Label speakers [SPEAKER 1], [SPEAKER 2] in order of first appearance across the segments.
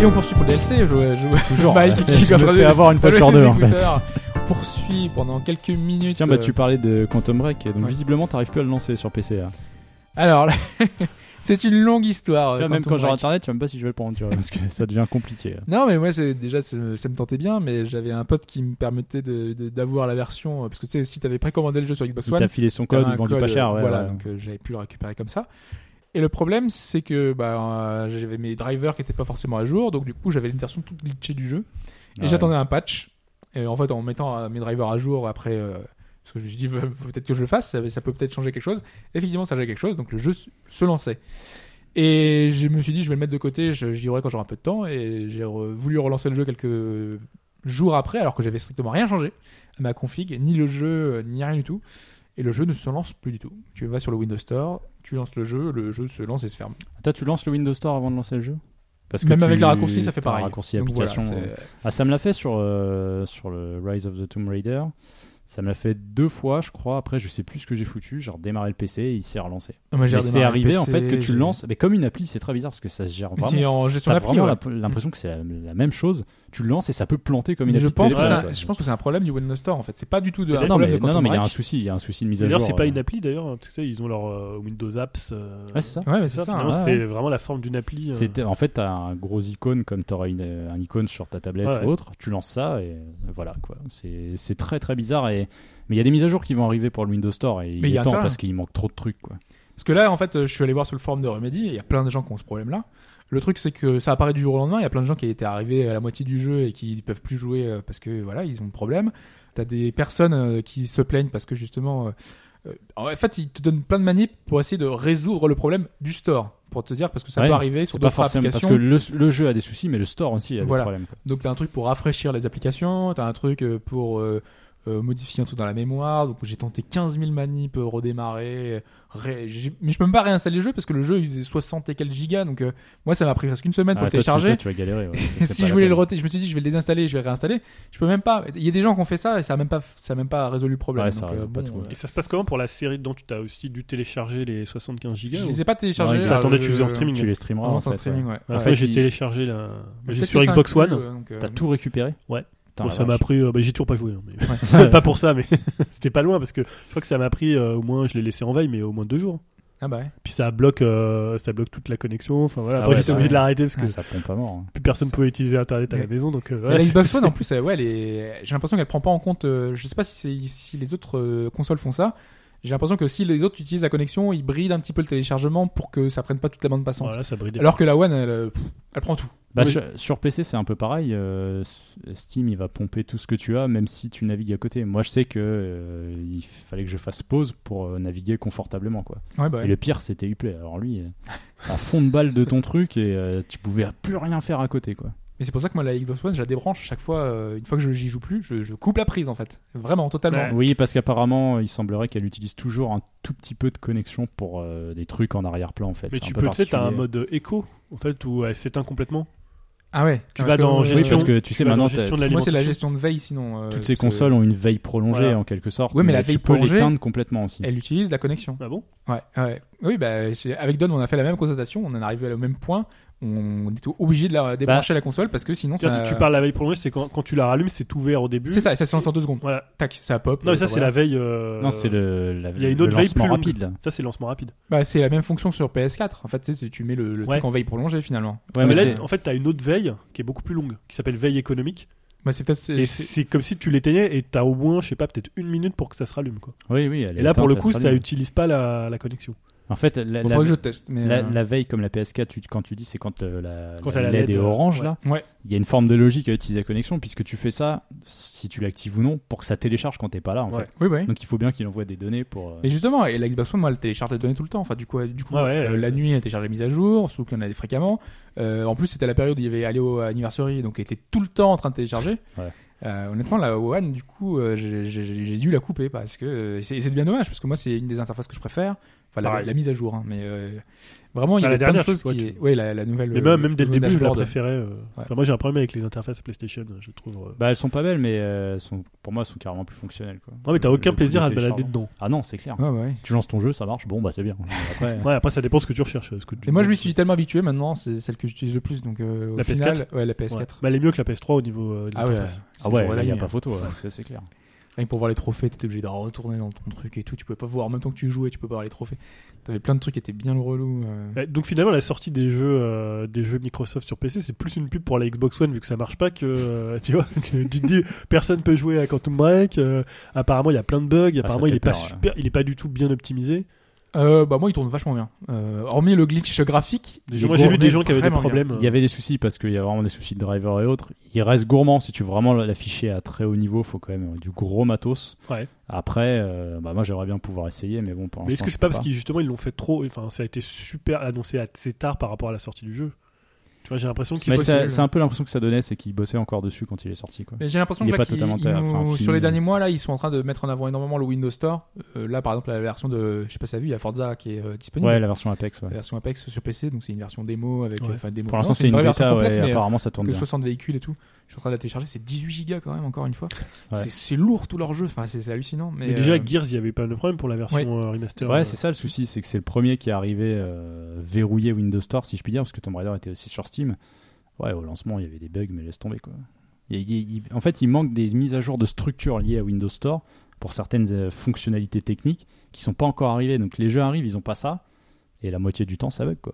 [SPEAKER 1] Et on poursuit pour le DLC. Je, vois- je vois
[SPEAKER 2] Toujours.
[SPEAKER 1] Mike qui Ah
[SPEAKER 2] je
[SPEAKER 1] doit
[SPEAKER 2] me fais avoir une fois
[SPEAKER 1] enlever
[SPEAKER 2] sur
[SPEAKER 1] ses
[SPEAKER 2] deux en fait.
[SPEAKER 1] écouteurs. On poursuit pendant quelques minutes.
[SPEAKER 2] Tiens, bah
[SPEAKER 1] euh,
[SPEAKER 2] tu parlais de Quantum Break, et donc
[SPEAKER 1] Ouais.
[SPEAKER 2] visiblement t'arrives plus à le lancer sur hein. PC. là.
[SPEAKER 1] Alors, là, c'est une longue histoire.
[SPEAKER 2] Tu vois,
[SPEAKER 1] euh,
[SPEAKER 2] même
[SPEAKER 1] Quantum
[SPEAKER 2] quand j'aurai
[SPEAKER 1] Break.
[SPEAKER 2] internet, tu sais même pas si je vais le prendre, tu vois, parce que ça devient compliqué. hein. là.
[SPEAKER 1] Non, mais moi, c'est, déjà, c'est- ça me tentait bien, mais j'avais un pote qui me permettait de, de- d'avoir la version. euh, Parce que tu sais, si t'avais précommandé le jeu sur Xbox
[SPEAKER 2] Il
[SPEAKER 1] One,
[SPEAKER 2] t'a filé son code,
[SPEAKER 1] t'avais
[SPEAKER 2] il
[SPEAKER 1] un
[SPEAKER 2] vendu pas
[SPEAKER 1] code,
[SPEAKER 2] cher.
[SPEAKER 1] euh,
[SPEAKER 2] ouais,
[SPEAKER 1] voilà,
[SPEAKER 2] ouais.
[SPEAKER 1] donc euh, j'avais pu le récupérer comme ça. Et le problème, c'est que bah, euh, j'avais mes drivers qui étaient pas forcément à jour, donc du coup, j'avais une version toute glitchée du jeu. Et
[SPEAKER 2] Ah ouais.
[SPEAKER 1] j'attendais un patch. Et en fait, en mettant euh, mes drivers à jour après, euh, parce que je me suis dit, faut- faut peut-être que je le fasse, ça, ça peut peut-être changer quelque chose. Effectivement, ça changeait quelque chose, donc le jeu se- se lançait. Et je me suis dit, je vais le mettre de côté, je- j'y aurai quand j'aurai un peu de temps. Et j'ai re- voulu relancer le jeu quelques jours après, alors que j'avais strictement rien changé à ma config, ni le jeu, euh, ni rien du tout. Et le jeu ne se lance plus du tout. Tu vas sur le Windows Store, tu lances le jeu, le jeu se lance et se ferme.
[SPEAKER 2] Toi, tu lances le Windows Store avant de lancer le jeu parce
[SPEAKER 1] Même
[SPEAKER 2] tu-
[SPEAKER 1] avec les raccourcis, ça fait
[SPEAKER 2] t'as un
[SPEAKER 1] pareil.
[SPEAKER 2] Raccourci
[SPEAKER 1] Donc voilà,
[SPEAKER 2] application.
[SPEAKER 1] c'est-
[SPEAKER 2] euh. Ah, ça me l'a fait sur, euh, sur le Rise of the Tomb Raider. Ça me l'a fait deux fois, je crois. Après, je sais plus ce que j'ai foutu. J'ai redémarré le PC et il s'est relancé.
[SPEAKER 1] Moi, j'ai
[SPEAKER 2] Mais c'est
[SPEAKER 1] redémarré le
[SPEAKER 2] arrivé en
[SPEAKER 1] PC,
[SPEAKER 2] fait que tu
[SPEAKER 1] j'ai-
[SPEAKER 2] lances. Mais comme une appli, c'est très bizarre parce que ça se gère
[SPEAKER 1] Mais
[SPEAKER 2] vraiment.
[SPEAKER 1] c'est en gestion
[SPEAKER 2] T'as
[SPEAKER 1] d'appli.
[SPEAKER 2] vraiment
[SPEAKER 1] ouais.
[SPEAKER 2] la- l'impression que c'est la, la même chose. Tu le lances et ça peut planter comme une
[SPEAKER 1] Mais Mm. je
[SPEAKER 2] appli.
[SPEAKER 1] pense,
[SPEAKER 2] de
[SPEAKER 1] que c'est
[SPEAKER 2] téléphone,
[SPEAKER 1] un-
[SPEAKER 2] quoi.
[SPEAKER 1] je pense que c'est un problème du Windows Store en fait. C'est pas du tout de, un
[SPEAKER 2] non,
[SPEAKER 1] problème
[SPEAKER 2] mais,
[SPEAKER 1] de
[SPEAKER 2] non, non,
[SPEAKER 1] Quantum
[SPEAKER 2] mais il y a un
[SPEAKER 1] Break.
[SPEAKER 2] souci, il y a un souci de mise à jour.
[SPEAKER 3] D'ailleurs, c'est pas
[SPEAKER 2] euh.
[SPEAKER 3] une appli d'ailleurs, parce que ça, ils ont leur euh, Windows Apps. euh,
[SPEAKER 2] Ouais, Ah, c'est ça. hein.
[SPEAKER 1] Ouais, mais c'est ça.
[SPEAKER 3] finalement,
[SPEAKER 2] ouais,
[SPEAKER 3] c'est
[SPEAKER 2] ouais.
[SPEAKER 3] vraiment la forme d'une appli. euh.
[SPEAKER 2] C'était- en fait, t'as un gros icône comme t'aurais une, euh, un icône sur ta tablette
[SPEAKER 3] Ouais,
[SPEAKER 2] ou
[SPEAKER 3] ouais.
[SPEAKER 2] autre. Tu lances ça et euh, voilà quoi. C'est c'est très très bizarre et mais il y a des mises à jour qui vont arriver pour le Windows Store et
[SPEAKER 1] Mais il
[SPEAKER 2] il
[SPEAKER 1] y
[SPEAKER 2] est
[SPEAKER 1] a
[SPEAKER 2] temps
[SPEAKER 1] intérêt.
[SPEAKER 2] parce qu'il manque trop de trucs quoi.
[SPEAKER 1] Parce que là, en fait, euh, je suis allé voir sur le forum de Remedy, et il y a plein de gens qui ont ce problème-là. Le truc, c'est que ça apparaît du jour au lendemain. Il y a plein de gens qui étaient arrivés à la moitié du jeu et qui ne peuvent plus jouer euh, parce que voilà, ils ont le problème. T'as des personnes euh, qui se plaignent parce que justement, euh, euh, en fait, ils te donnent plein de manips pour essayer de résoudre le problème du store, pour te dire parce que ça
[SPEAKER 2] Ouais,
[SPEAKER 1] peut arriver sur
[SPEAKER 2] C'est pas
[SPEAKER 1] d'autres
[SPEAKER 2] forcément parce
[SPEAKER 1] applications.
[SPEAKER 2] que le, le jeu a des soucis, mais le store aussi a
[SPEAKER 1] Voilà.
[SPEAKER 2] des problèmes. quoi.
[SPEAKER 1] Donc t'as un truc pour rafraîchir les applications, t'as un truc euh, pour euh, euh, modifier un truc dans la mémoire. Donc j'ai tenté 15 000 manips, euh, redémarrer, ré- j'ai- mais je peux même pas réinstaller le jeu parce que le jeu il faisait 60 et quelques gigas. Donc euh, moi ça m'a pris presque une semaine
[SPEAKER 2] Ah,
[SPEAKER 1] pour
[SPEAKER 2] toi,
[SPEAKER 1] le
[SPEAKER 2] tu-
[SPEAKER 1] télécharger.
[SPEAKER 2] toi, tu vas galérer. ouais.
[SPEAKER 1] Et
[SPEAKER 2] C'est- c'est
[SPEAKER 1] si
[SPEAKER 2] pas
[SPEAKER 1] je
[SPEAKER 2] la
[SPEAKER 1] voulais le
[SPEAKER 2] peine.
[SPEAKER 1] reté, je me suis dit je vais le désinstaller, je vais le réinstaller. Je peux même pas. Il y a des gens qui ont fait ça et ça a même pas, ça a même pas résolu le problème.
[SPEAKER 2] Ouais, ça
[SPEAKER 1] Donc,
[SPEAKER 2] résout pas tout,
[SPEAKER 1] euh,
[SPEAKER 2] ouais.
[SPEAKER 3] Et ça se passe comment pour la série dont tu as aussi dû télécharger les 75 gigas
[SPEAKER 1] Je
[SPEAKER 3] ou- Ah,
[SPEAKER 1] les ai pas téléchargés.
[SPEAKER 2] Ouais,
[SPEAKER 1] alors,
[SPEAKER 3] T'attendais,
[SPEAKER 1] je-
[SPEAKER 3] tu faisais en streaming.
[SPEAKER 2] Tu les streameras.
[SPEAKER 1] Vraiment,
[SPEAKER 2] en
[SPEAKER 1] c'est en
[SPEAKER 2] fait,
[SPEAKER 1] streaming,
[SPEAKER 2] ouais.
[SPEAKER 1] ouais.
[SPEAKER 3] Parce
[SPEAKER 1] Ouais.
[SPEAKER 3] que j'ai
[SPEAKER 2] il-
[SPEAKER 3] téléchargé la. Bah, J'ai
[SPEAKER 1] Peut-être
[SPEAKER 3] sur
[SPEAKER 1] que ça
[SPEAKER 3] Xbox
[SPEAKER 1] inclut,
[SPEAKER 3] One.
[SPEAKER 1] euh, donc, euh,
[SPEAKER 2] T'as tout récupéré
[SPEAKER 3] Ouais.
[SPEAKER 2] Putain,
[SPEAKER 3] Bon,
[SPEAKER 2] la
[SPEAKER 3] ça m'a
[SPEAKER 2] vache.
[SPEAKER 3] pris. euh, bah, j'ai toujours pas joué. hein, mais- pas pour ça, mais c'était pas loin parce que je crois que ça m'a pris euh, au moins. Je l'ai laissé en veille, mais au moins deux jours.
[SPEAKER 1] Ah bah ouais.
[SPEAKER 3] Puis ça bloque, euh, ça bloque toute la connexion. Enfin voilà.
[SPEAKER 2] Ah
[SPEAKER 3] Après
[SPEAKER 2] ouais,
[SPEAKER 3] j'étais
[SPEAKER 2] ça-
[SPEAKER 3] obligé de l'arrêter parce que
[SPEAKER 2] Ça pompe à mort. hein.
[SPEAKER 3] plus personne pouvait utiliser Internet à la
[SPEAKER 1] Ouais.
[SPEAKER 3] maison. Donc euh,
[SPEAKER 1] Mais
[SPEAKER 3] ouais,
[SPEAKER 1] la Xbox One en plus, elle- ouais, elle est- j'ai l'impression qu'elle prend pas en compte. euh, je sais pas si, c'est- si les autres euh, consoles font ça. J'ai l'impression que si les autres utilisent la connexion, ils brident un petit peu le téléchargement pour que ça prenne pas toute la bande passante.
[SPEAKER 3] Voilà, ça bridait.
[SPEAKER 1] Alors que la One, elle, euh, pff, elle prend tout.
[SPEAKER 2] Bah,
[SPEAKER 3] Oui.
[SPEAKER 2] sur, sur PC, c'est un peu pareil. euh, Steam, il va pomper tout ce que tu as, même si tu navigues à côté. Moi, je sais que euh, il fallait que je fasse pause pour euh, naviguer confortablement, quoi.
[SPEAKER 1] Ouais, bah
[SPEAKER 2] Et le pire, c'était Uplay. Alors lui, euh, à fond de balle de ton truc et euh, tu pouvais plus rien faire à côté, quoi.
[SPEAKER 1] Mais c'est pour ça que moi, la Xbox One, je la débranche chaque fois. euh, une fois que je j'y joue plus, je, je coupe la prise en fait. Vraiment, totalement.
[SPEAKER 3] Ouais.
[SPEAKER 2] Oui, parce qu'apparemment, il semblerait qu'elle utilise toujours un tout petit peu de connexion pour euh, des trucs en arrière-plan, en fait.
[SPEAKER 3] Mais
[SPEAKER 2] C'est
[SPEAKER 3] tu
[SPEAKER 2] un peu
[SPEAKER 3] peux, tu sais, t'as un
[SPEAKER 2] particulier.
[SPEAKER 3] mode euh, écho en fait où elle s'éteint complètement.
[SPEAKER 1] Ah ouais. Ah,
[SPEAKER 3] Tu vas
[SPEAKER 1] parce que,
[SPEAKER 3] dans
[SPEAKER 1] euh,
[SPEAKER 2] Oui,
[SPEAKER 3] gestion,
[SPEAKER 2] parce que tu sais,
[SPEAKER 3] vas dans
[SPEAKER 2] maintenant,
[SPEAKER 3] gestion
[SPEAKER 2] t'as-
[SPEAKER 3] de
[SPEAKER 1] Moi, c'est de la gestion
[SPEAKER 3] l'alimentation.
[SPEAKER 1] de veille sinon. euh,
[SPEAKER 2] toutes ces
[SPEAKER 1] parce que
[SPEAKER 2] consoles ont une veille prolongée,
[SPEAKER 3] Voilà.
[SPEAKER 2] en quelque sorte.
[SPEAKER 1] Ouais, mais la veille
[SPEAKER 2] tu peux
[SPEAKER 1] prolongée-
[SPEAKER 2] l'éteindre complètement aussi.
[SPEAKER 1] Elle utilise la connexion.
[SPEAKER 3] Ah bon
[SPEAKER 1] Ouais, ouais. Oui, bah, chez- avec Don, on a fait la même constatation, on en est arrivé au même point. On était obligé de la débrancher la console parce que sinon ça.
[SPEAKER 3] C'est-à-dire que Bah, Tu parles la veille prolongée, c'est quand, quand tu la rallumes, c'est tout vert au début.
[SPEAKER 1] Euh. C'est ça, et ça se lance en deux secondes.
[SPEAKER 3] Voilà.
[SPEAKER 1] Tac, ça pop.
[SPEAKER 3] Non, mais ça,
[SPEAKER 1] euh,
[SPEAKER 3] c'est
[SPEAKER 1] voilà.
[SPEAKER 3] la veille. euh,
[SPEAKER 2] Non, c'est le, la,
[SPEAKER 3] il y a une
[SPEAKER 2] le
[SPEAKER 3] autre veille
[SPEAKER 2] lancement
[SPEAKER 3] plus longue.
[SPEAKER 2] rapide. là.
[SPEAKER 3] Ça, c'est le lancement rapide.
[SPEAKER 1] Bah, c'est la même fonction sur PS4. En fait, tu sais, c'est- tu mets le, le
[SPEAKER 3] Ouais.
[SPEAKER 1] truc en veille prolongée finalement.
[SPEAKER 2] Ouais,
[SPEAKER 3] Ah, mais
[SPEAKER 2] mais
[SPEAKER 3] là,
[SPEAKER 2] c'est-
[SPEAKER 3] en fait, t'as une autre veille qui est beaucoup plus longue, qui s'appelle veille économique.
[SPEAKER 1] Bah, c'est peut-être.
[SPEAKER 3] Et
[SPEAKER 1] c'est-
[SPEAKER 3] c'est comme si tu l'éteignais et t'as au moins, je sais pas, peut-être une minute pour que ça se rallume. Quoi.
[SPEAKER 2] Oui, oui. elle
[SPEAKER 3] Et
[SPEAKER 2] est
[SPEAKER 3] là, pour
[SPEAKER 2] éteinte,
[SPEAKER 3] le
[SPEAKER 2] elle
[SPEAKER 3] coup,
[SPEAKER 2] sera
[SPEAKER 3] ça
[SPEAKER 2] libre.
[SPEAKER 3] utilise pas la, la connexion.
[SPEAKER 2] En fait, la,
[SPEAKER 1] Bon,
[SPEAKER 2] la-
[SPEAKER 1] faudrait que je teste. Mais,
[SPEAKER 2] la-
[SPEAKER 1] euh,
[SPEAKER 2] la veille, comme la PS4, tu- quand tu dis, c'est quand euh, la,
[SPEAKER 3] Quand
[SPEAKER 2] la
[SPEAKER 3] elle a
[SPEAKER 2] LED
[SPEAKER 3] LED,
[SPEAKER 2] est
[SPEAKER 3] euh,
[SPEAKER 2] orange,
[SPEAKER 3] ouais.
[SPEAKER 2] là,
[SPEAKER 1] Ouais.
[SPEAKER 2] il y a une forme de logique à utiliser la connexion, puisque tu fais ça, si tu l'actives ou non, pour que ça télécharge quand t'es pas là, en
[SPEAKER 3] Ouais.
[SPEAKER 2] fait.
[SPEAKER 1] Oui, oui.
[SPEAKER 2] Donc il faut bien qu'il envoie des données pour. euh,
[SPEAKER 1] Et justement, et la Xbox One, moi, elle télécharge les données tout le temps. Enfin, du coup, du coup
[SPEAKER 3] Ouais, ouais,
[SPEAKER 1] euh,
[SPEAKER 3] ouais,
[SPEAKER 1] la
[SPEAKER 3] c'est-
[SPEAKER 1] nuit, elle télécharge les mises à jour, sauf qu'il y en avait fréquemment. Euh, en plus, c'était la période où il y avait Alléo Anniversary, donc elle était tout le temps en train de télécharger.
[SPEAKER 2] Ouais.
[SPEAKER 1] Euh, honnêtement, la One, du coup, euh, j'ai- j'ai j'ai dû la couper parce que. euh, c'est et c'est bien dommage, parce que moi, c'est une des interfaces que je préfère. Enfin, Enfin, la,
[SPEAKER 3] Pareil.
[SPEAKER 1] la mise à jour, hein, mais euh, vraiment, il y
[SPEAKER 3] Ah,
[SPEAKER 1] a
[SPEAKER 3] la
[SPEAKER 1] plein de
[SPEAKER 3] dernière,
[SPEAKER 1] choses
[SPEAKER 3] ouais,
[SPEAKER 1] qui.
[SPEAKER 3] tu-
[SPEAKER 1] Oui, la, la nouvelle.
[SPEAKER 3] Mais
[SPEAKER 1] euh,
[SPEAKER 3] même, même dès le
[SPEAKER 1] nouveau
[SPEAKER 3] début, je la
[SPEAKER 1] dashboard.
[SPEAKER 3] préférais. euh. Enfin, moi, j'ai un problème avec les interfaces PlayStation, je trouve. euh.
[SPEAKER 2] Bah, elles sont pas belles, mais elles sont, pour moi, elles sont carrément plus fonctionnelles. Quoi.
[SPEAKER 3] Ouais, Ah, mais t'as
[SPEAKER 2] Bah, Le-
[SPEAKER 3] aucun
[SPEAKER 2] le
[SPEAKER 3] plaisir à te
[SPEAKER 2] téléchargement.
[SPEAKER 3] balader dedans. Ah
[SPEAKER 2] Ah non, c'est clair.
[SPEAKER 1] Ouais, ouais.
[SPEAKER 2] Tu lances ton jeu, ça marche, bon, bah c'est bien. Après,
[SPEAKER 3] Ouais, après, ça dépend ce que tu recherches. Ce que tu-
[SPEAKER 1] Et moi, je m'y suis tellement habitué maintenant, c'est celle que j'utilise le plus. Donc, euh, au
[SPEAKER 3] La
[SPEAKER 1] final,
[SPEAKER 3] PS4?
[SPEAKER 1] ouais, la
[SPEAKER 3] Ouais.
[SPEAKER 1] PS4.
[SPEAKER 3] Bah, elle est mieux que la PS3 au niveau euh, de
[SPEAKER 1] Ah ouais,
[SPEAKER 3] l'interface.
[SPEAKER 1] c'est
[SPEAKER 2] ah
[SPEAKER 1] le jour et
[SPEAKER 2] ouais,
[SPEAKER 1] la
[SPEAKER 2] il n'y a
[SPEAKER 1] nuit,
[SPEAKER 2] pas
[SPEAKER 1] hein.
[SPEAKER 2] photo, ouais, c'est c'est clair.
[SPEAKER 1] Rien que pour voir les trophées, t'étais obligé de retourner dans ton truc et tout. Tu pouvais pas voir en même temps que tu jouais, tu peux pas voir les trophées. T'avais plein de trucs qui étaient bien relous. euh.
[SPEAKER 3] Ouais, Donc finalement, la sortie des jeux, euh, des jeux Microsoft sur PC, c'est plus une pub pour la Xbox One vu que ça marche pas que euh, tu vois. Tu, tu te dis personne peut jouer à Quantum Break. euh, apparemment, il y a plein de bugs. Apparemment,
[SPEAKER 2] Ah, fait
[SPEAKER 3] il est pas
[SPEAKER 2] peur, ouais.
[SPEAKER 3] super, il est pas du tout bien optimisé.
[SPEAKER 1] Euh, bah moi, il tourne vachement bien. Euh, hormis le glitch graphique. il
[SPEAKER 3] moi, j'ai vu
[SPEAKER 1] tournait
[SPEAKER 3] des gens qui avaient des
[SPEAKER 1] vraiment bien.
[SPEAKER 3] problèmes.
[SPEAKER 2] Il y avait des soucis parce qu'il y a vraiment des soucis de driver et autres. Il reste gourmand si tu veux vraiment l'afficher à très haut niveau, faut quand même euh, du gros matos.
[SPEAKER 3] Ouais.
[SPEAKER 2] Après, euh, bah moi j'aimerais bien pouvoir essayer, mais bon, pour
[SPEAKER 3] Mais est-ce
[SPEAKER 2] l'instant,
[SPEAKER 3] que
[SPEAKER 2] hein, je
[SPEAKER 3] c'est
[SPEAKER 2] peux
[SPEAKER 3] pas parce qu'ils justement ils l'ont fait trop Enfin, ça a été super annoncé assez tart par rapport à la sortie du jeu. Tu vois, j'ai l'impression qu'ils
[SPEAKER 2] Mais
[SPEAKER 1] sont
[SPEAKER 2] c'est
[SPEAKER 1] seuls.
[SPEAKER 2] c'est un peu l'impression que ça donnait, c'est qu'ils bossaient encore dessus quand il est sorti. Quoi.
[SPEAKER 1] Mais j'ai l'impression
[SPEAKER 2] Il
[SPEAKER 1] que
[SPEAKER 2] est
[SPEAKER 1] là,
[SPEAKER 2] pas
[SPEAKER 1] qu'ils-
[SPEAKER 2] totalement
[SPEAKER 1] ils
[SPEAKER 2] terre-
[SPEAKER 1] nous-
[SPEAKER 2] enfin,
[SPEAKER 1] sur les
[SPEAKER 2] fini.
[SPEAKER 1] derniers mois, là, ils sont en train de mettre en avant énormément le Windows Store. Euh, là, par exemple, la version de, je sais pas si t'as vu, il y a Forza qui est euh, disponible.
[SPEAKER 2] Ouais, la version Apex. ouais.
[SPEAKER 1] La version Apex sur PC, donc c'est une version démo avec,
[SPEAKER 3] Ouais.
[SPEAKER 1] enfin, démo.
[SPEAKER 2] Pour
[SPEAKER 1] Euh, non,
[SPEAKER 2] l'instant, c'est une
[SPEAKER 1] vraie
[SPEAKER 2] bêta,
[SPEAKER 1] version complète,
[SPEAKER 2] ouais,
[SPEAKER 1] mais, euh,
[SPEAKER 2] apparemment ça tourne
[SPEAKER 1] que
[SPEAKER 2] bien.
[SPEAKER 1] 60 véhicules et tout. Je suis en train de la télécharger, c'est 18 gigas quand même, encore une fois.
[SPEAKER 2] Ouais.
[SPEAKER 1] C'est- C'est lourd tout leur jeu, enfin, c'est c'est hallucinant. Mais,
[SPEAKER 3] Mais déjà,
[SPEAKER 1] euh,
[SPEAKER 3] avec Gears, il y avait pas de problème pour la version
[SPEAKER 1] Ouais.
[SPEAKER 3] euh, remaster.
[SPEAKER 2] Ouais, c'est ça le souci, c'est que c'est le premier qui est arrivé euh, verrouillé Windows Store, si je puis dire, parce que Tomb Raider était aussi sur Steam. Ouais, au lancement, il y avait des bugs, mais laisse tomber quoi. Il- il- il- en fait, il manque des mises à jour de structure liées à Windows Store pour certaines euh, fonctionnalités techniques qui sont pas encore arrivées. Donc les jeux arrivent, ils ont pas ça, et la moitié du temps, ça bug quoi.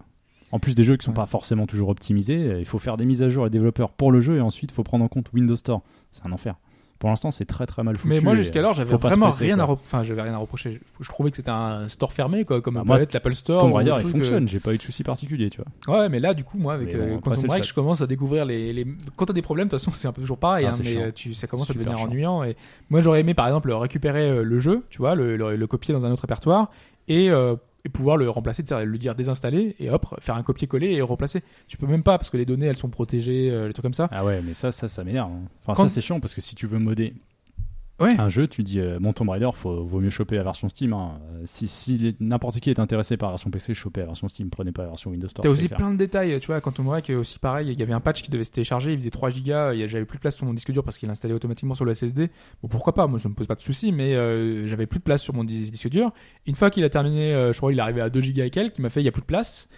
[SPEAKER 2] En plus des jeux qui sont
[SPEAKER 1] Ouais.
[SPEAKER 2] pas forcément toujours optimisés, euh, il faut faire des mises à jour les développeurs pour le jeu et ensuite il faut prendre en compte Windows Store. C'est un enfer. Pour l'instant, c'est très très mal foutu.
[SPEAKER 1] Mais moi
[SPEAKER 2] et, euh,
[SPEAKER 1] jusqu'alors j'avais
[SPEAKER 2] faut pas se
[SPEAKER 1] vraiment
[SPEAKER 2] presser,
[SPEAKER 1] rien à
[SPEAKER 2] quoi.
[SPEAKER 1] repro- enfin j'avais rien à reprocher. Je- Je trouvais que c'était un store fermé quoi, comme
[SPEAKER 2] Bah,
[SPEAKER 1] peut
[SPEAKER 2] moi,
[SPEAKER 1] être l'Apple Store.
[SPEAKER 2] Tomb
[SPEAKER 1] ou
[SPEAKER 2] Raider,
[SPEAKER 1] le
[SPEAKER 2] il
[SPEAKER 1] truc,
[SPEAKER 2] fonctionne, j'ai pas eu de soucis particuliers, tu vois.
[SPEAKER 1] euh. Ouais, mais là du coup moi avec
[SPEAKER 2] Mais bon,
[SPEAKER 1] euh,
[SPEAKER 2] après, c'est
[SPEAKER 1] Quantum
[SPEAKER 2] le
[SPEAKER 1] Break,
[SPEAKER 2] chat.
[SPEAKER 1] je commence à découvrir les, les... quand t'as des problèmes de toute façon c'est un peu toujours pareil,
[SPEAKER 2] Ah,
[SPEAKER 1] hein,
[SPEAKER 2] c'est
[SPEAKER 1] mais
[SPEAKER 2] chiant.
[SPEAKER 1] euh, tu ça commence
[SPEAKER 2] Super
[SPEAKER 1] à devenir
[SPEAKER 2] chiant.
[SPEAKER 1] ennuyant. Et moi j'aurais aimé par exemple récupérer euh, le jeu, tu vois, le, le- le copier dans un autre répertoire et euh, et pouvoir le remplacer, de ça, le dire désinstaller et hop, faire un copier-coller et remplacer. Tu peux même pas parce que les données elles sont protégées, euh, les trucs comme ça.
[SPEAKER 2] Ah ouais, mais ça, ça, ça m'énerve. hein. Enfin,
[SPEAKER 1] Quand-
[SPEAKER 2] ça, c'est chiant parce que si tu veux modder
[SPEAKER 1] Ouais.
[SPEAKER 2] un jeu, tu dis, euh, bon, Tomb Raider, faut, vaut mieux choper la version Steam. hein. Euh, Si, si les- n'importe qui est intéressé par la version PC, chopez la version Steam, prenez pas la version Windows Store.
[SPEAKER 1] T'as
[SPEAKER 2] c'est
[SPEAKER 1] aussi
[SPEAKER 2] clair.
[SPEAKER 1] plein de détails, tu vois, quand on que aussi pareil, il y avait un patch qui devait se télécharger, il faisait 3 gigas, il y a- j'avais plus de place sur mon disque dur parce qu'il l'installait automatiquement sur le SSD. Bon, pourquoi pas, moi ça me pose pas de soucis, mais euh, j'avais plus de place sur mon dis- disque dur. Une fois qu'il a terminé, euh, je crois qu'il est arrivé à 2 gigas et quelques, il m'a fait, il y a plus de place.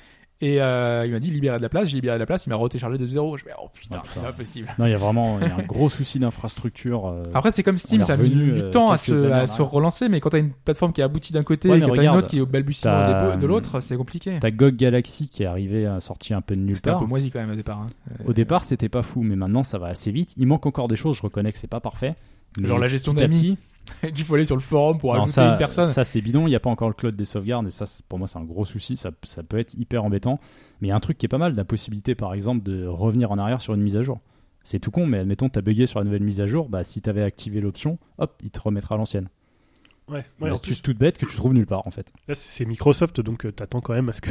[SPEAKER 1] Et euh, il m'a dit libérer de la place, j'ai libéré de la place, il m'a retéchargé de zéro. Je me dis, oh putain,
[SPEAKER 2] Ah,
[SPEAKER 1] c'est
[SPEAKER 2] ça.
[SPEAKER 1] pas possible.
[SPEAKER 2] Non, il y a vraiment il y a un gros souci d'infrastructure. euh,
[SPEAKER 1] Après, c'est comme Steam,
[SPEAKER 2] est
[SPEAKER 1] ça a mis
[SPEAKER 2] revenu,
[SPEAKER 1] du
[SPEAKER 2] euh,
[SPEAKER 1] temps à
[SPEAKER 2] quelques
[SPEAKER 1] se,
[SPEAKER 2] années en
[SPEAKER 1] à se
[SPEAKER 2] arrière.
[SPEAKER 1] relancer, mais quand t'as une plateforme qui aboutit d'un côté
[SPEAKER 2] Ouais,
[SPEAKER 1] et que
[SPEAKER 2] mais
[SPEAKER 1] t'as une
[SPEAKER 2] regarde,
[SPEAKER 1] autre qui est au balbutiement
[SPEAKER 2] t'as-
[SPEAKER 1] des- de l'autre, c'est compliqué.
[SPEAKER 2] T'as GOG Galaxy qui est arrivé à sortir un peu de nulle
[SPEAKER 1] C'était un
[SPEAKER 2] part.
[SPEAKER 1] peu moisi quand même au départ. hein. Euh,
[SPEAKER 2] Au départ, c'était pas fou, mais maintenant, ça va assez vite. Il manque encore des choses, je reconnais que c'est pas parfait. mais
[SPEAKER 1] Genre la gestion
[SPEAKER 2] petit à
[SPEAKER 1] d'amis.
[SPEAKER 2] petit,
[SPEAKER 1] qu'il faut aller sur le forum pour
[SPEAKER 2] Non,
[SPEAKER 1] ajouter
[SPEAKER 2] ça,
[SPEAKER 1] une personne.
[SPEAKER 2] Ça, c'est bidon. Il n'y a pas encore le cloud des sauvegardes. Et ça, c'est- pour moi, c'est un gros souci. Ça, ça peut être hyper embêtant. Mais il y a un truc qui est pas mal la possibilité, par exemple, de revenir en arrière sur une mise à jour. C'est tout con, mais admettons, tu as bugué sur la nouvelle mise à jour. Bah, si tu avais activé l'option, hop, il te remettra à l'ancienne.
[SPEAKER 3] Ouais.
[SPEAKER 2] Une
[SPEAKER 3] Ouais, en
[SPEAKER 2] astuce
[SPEAKER 3] plus,
[SPEAKER 2] toute bête que tu trouves nulle part, en fait.
[SPEAKER 3] là, c'est c'est Microsoft, donc euh, t'attends quand même à ce que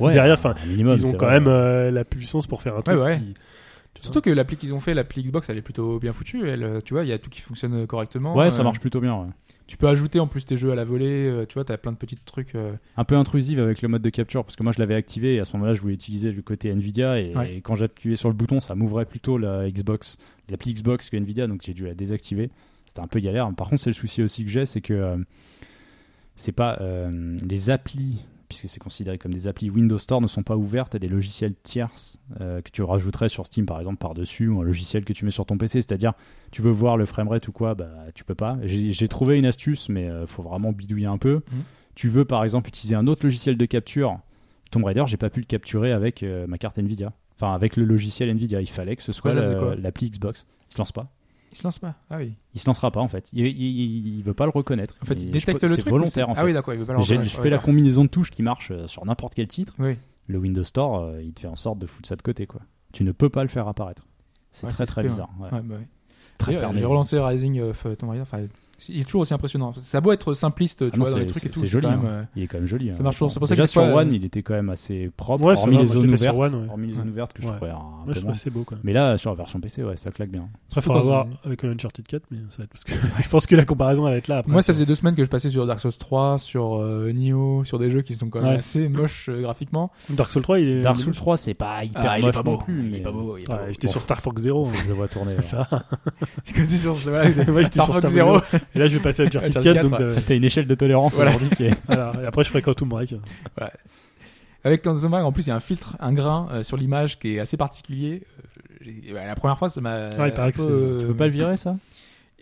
[SPEAKER 2] Ouais,
[SPEAKER 3] Derrière, enfin,
[SPEAKER 2] un minimum,
[SPEAKER 3] ils ont
[SPEAKER 2] c'est
[SPEAKER 3] quand
[SPEAKER 2] vrai.
[SPEAKER 3] même euh, la puissance pour faire un truc.
[SPEAKER 1] ouais.
[SPEAKER 3] qui- tu
[SPEAKER 1] Surtout que l'appli qu'ils ont fait, l'appli Xbox, elle est plutôt bien foutue. Elle, euh, tu vois, il y a tout qui fonctionne correctement.
[SPEAKER 2] Ouais, ça
[SPEAKER 1] Euh,
[SPEAKER 2] marche plutôt bien. ouais.
[SPEAKER 1] Tu peux ajouter en plus tes jeux à la volée. euh, Tu vois, t'as plein de petits trucs. euh.
[SPEAKER 2] un peu intrusive avec le mode de capture parce que moi je l'avais activé et à ce moment-là je voulais utiliser le côté Nvidia et,
[SPEAKER 1] Ouais.
[SPEAKER 2] et quand j'appuyais sur le bouton ça m'ouvrait plutôt la Xbox, l'appli Xbox que Nvidia donc j'ai dû la désactiver. C'était un peu galère. Par contre c'est le souci aussi que j'ai c'est que euh, c'est pas euh, les applis puisque c'est considéré comme des applis Windows Store ne sont pas ouvertes à des logiciels tierces euh, que tu rajouterais sur Steam par exemple par dessus ou un logiciel que tu mets sur ton PC. C'est-à-dire tu veux voir le framerate ou quoi bah tu peux pas. J'ai j'ai trouvé une astuce mais euh, faut vraiment bidouiller un peu
[SPEAKER 1] Mmh.
[SPEAKER 2] tu veux par exemple utiliser un autre logiciel de capture, Tomb Raider, j'ai pas pu le capturer avec euh, ma carte Nvidia. Enfin, avec le logiciel Nvidia, il fallait que ce soit
[SPEAKER 1] Ouais, ça,
[SPEAKER 2] la-
[SPEAKER 1] c'est quoi
[SPEAKER 2] l'appli Xbox. Il se lance pas.
[SPEAKER 1] Il se lance pas. Ah oui.
[SPEAKER 2] Il se lancera pas en fait. Il, il- il- il veut pas le reconnaître.
[SPEAKER 1] En fait,
[SPEAKER 2] Et
[SPEAKER 1] il
[SPEAKER 2] je
[SPEAKER 1] détecte
[SPEAKER 2] peux-
[SPEAKER 1] le
[SPEAKER 2] C'est
[SPEAKER 1] truc.
[SPEAKER 2] volontaire
[SPEAKER 1] ou
[SPEAKER 2] en
[SPEAKER 1] c'est-
[SPEAKER 2] fait.
[SPEAKER 1] Ah oui, d'accord. Il veut pas le
[SPEAKER 2] J'ai-
[SPEAKER 1] reconnaître.
[SPEAKER 2] je fais la
[SPEAKER 1] Ouais,
[SPEAKER 2] combinaison de touches qui marche euh, sur n'importe quel titre.
[SPEAKER 1] d'accord. Oui.
[SPEAKER 2] Le Windows Store, euh, il te fait en sorte de foutre ça de côté quoi. Tu ne peux pas le faire apparaître. C'est
[SPEAKER 1] Ouais,
[SPEAKER 2] très
[SPEAKER 1] c'est
[SPEAKER 2] très
[SPEAKER 1] spé,
[SPEAKER 2] bizarre. ouais.
[SPEAKER 1] Ouais, bah ouais.
[SPEAKER 2] Très
[SPEAKER 1] Et, euh,
[SPEAKER 2] fermé.
[SPEAKER 1] J'ai relancé Rising euh, F- Tomb Raider. Enfin, il est toujours aussi impressionnant. Ça a beau être simpliste, tu
[SPEAKER 2] Ah non,
[SPEAKER 1] vois, dans les
[SPEAKER 2] c'est-
[SPEAKER 1] trucs et
[SPEAKER 2] c'est
[SPEAKER 1] tout.
[SPEAKER 2] c'est joli.
[SPEAKER 1] quand même,
[SPEAKER 2] hein. Il est quand même joli.
[SPEAKER 1] ça
[SPEAKER 2] hein,
[SPEAKER 1] marche toujours.
[SPEAKER 2] franchement.
[SPEAKER 1] C'est pour ça que
[SPEAKER 2] Déjà
[SPEAKER 1] des
[SPEAKER 2] sur
[SPEAKER 1] fois,
[SPEAKER 2] One,
[SPEAKER 1] euh,
[SPEAKER 2] il était quand même assez propre.
[SPEAKER 3] Ouais, ça
[SPEAKER 2] hormis
[SPEAKER 3] va,
[SPEAKER 2] les
[SPEAKER 3] moi, je l'ai
[SPEAKER 2] zones
[SPEAKER 3] fait sur
[SPEAKER 2] ouvertes.
[SPEAKER 3] One, ouais.
[SPEAKER 2] Hormis les zones ouvertes que je
[SPEAKER 3] Ouais.
[SPEAKER 2] trouvais un
[SPEAKER 3] Moi,
[SPEAKER 2] peu
[SPEAKER 3] je
[SPEAKER 2] moins.
[SPEAKER 3] trouve que c'est beau quand même.
[SPEAKER 2] Mais là, sur la version PC, ouais, ça claque bien.
[SPEAKER 3] Après,
[SPEAKER 1] Surtout
[SPEAKER 3] faudra
[SPEAKER 1] quand
[SPEAKER 3] voir
[SPEAKER 1] tu-
[SPEAKER 3] avec Uncharted 4, mais ça va être parce que je pense que la comparaison elle va être là. Après,
[SPEAKER 1] euh, Moi, ça faisait deux semaines que je passais sur Dark Souls 3, sur euh, Nioh, sur des jeux qui sont quand même
[SPEAKER 3] Ouais.
[SPEAKER 1] assez moches euh, graphiquement.
[SPEAKER 3] Dark Souls 3, il est.
[SPEAKER 2] Dark Souls 3, c'est pas hyper
[SPEAKER 4] Ah, il est
[SPEAKER 2] moche
[SPEAKER 4] pas
[SPEAKER 2] non
[SPEAKER 4] beau.
[SPEAKER 2] plus.
[SPEAKER 4] Il est
[SPEAKER 2] mais-
[SPEAKER 4] pas beau. il est pas
[SPEAKER 3] Ouais,
[SPEAKER 4] beau.
[SPEAKER 3] j'étais
[SPEAKER 2] Bon.
[SPEAKER 3] sur Star Fox Zero. hein.
[SPEAKER 2] Faut que Je le vois tourner.
[SPEAKER 3] Ça.
[SPEAKER 1] C'est comme si sur ce- voilà,
[SPEAKER 3] Moi, j'étais
[SPEAKER 1] Star
[SPEAKER 3] sur
[SPEAKER 1] Fox
[SPEAKER 3] Star
[SPEAKER 1] Zero.
[SPEAKER 3] Et là, je vais passer à Uncharted
[SPEAKER 1] Uncharted
[SPEAKER 3] 4, donc
[SPEAKER 1] 4,
[SPEAKER 3] ça va-
[SPEAKER 2] T'as une échelle de tolérance
[SPEAKER 1] Voilà.
[SPEAKER 2] aujourd'hui qui est.
[SPEAKER 3] voilà. Et après, je ferai Quantum Break.
[SPEAKER 1] Avec Quantum Break, en plus, il y a un filtre, un grain euh, sur l'image qui est assez particulier. Euh, j'ai- bah, la première fois, ça m'a.
[SPEAKER 3] Ouais, il paraît
[SPEAKER 1] un
[SPEAKER 3] que
[SPEAKER 1] peu,
[SPEAKER 3] c'est-
[SPEAKER 2] Tu
[SPEAKER 1] euh,
[SPEAKER 2] peux pas le virer, ça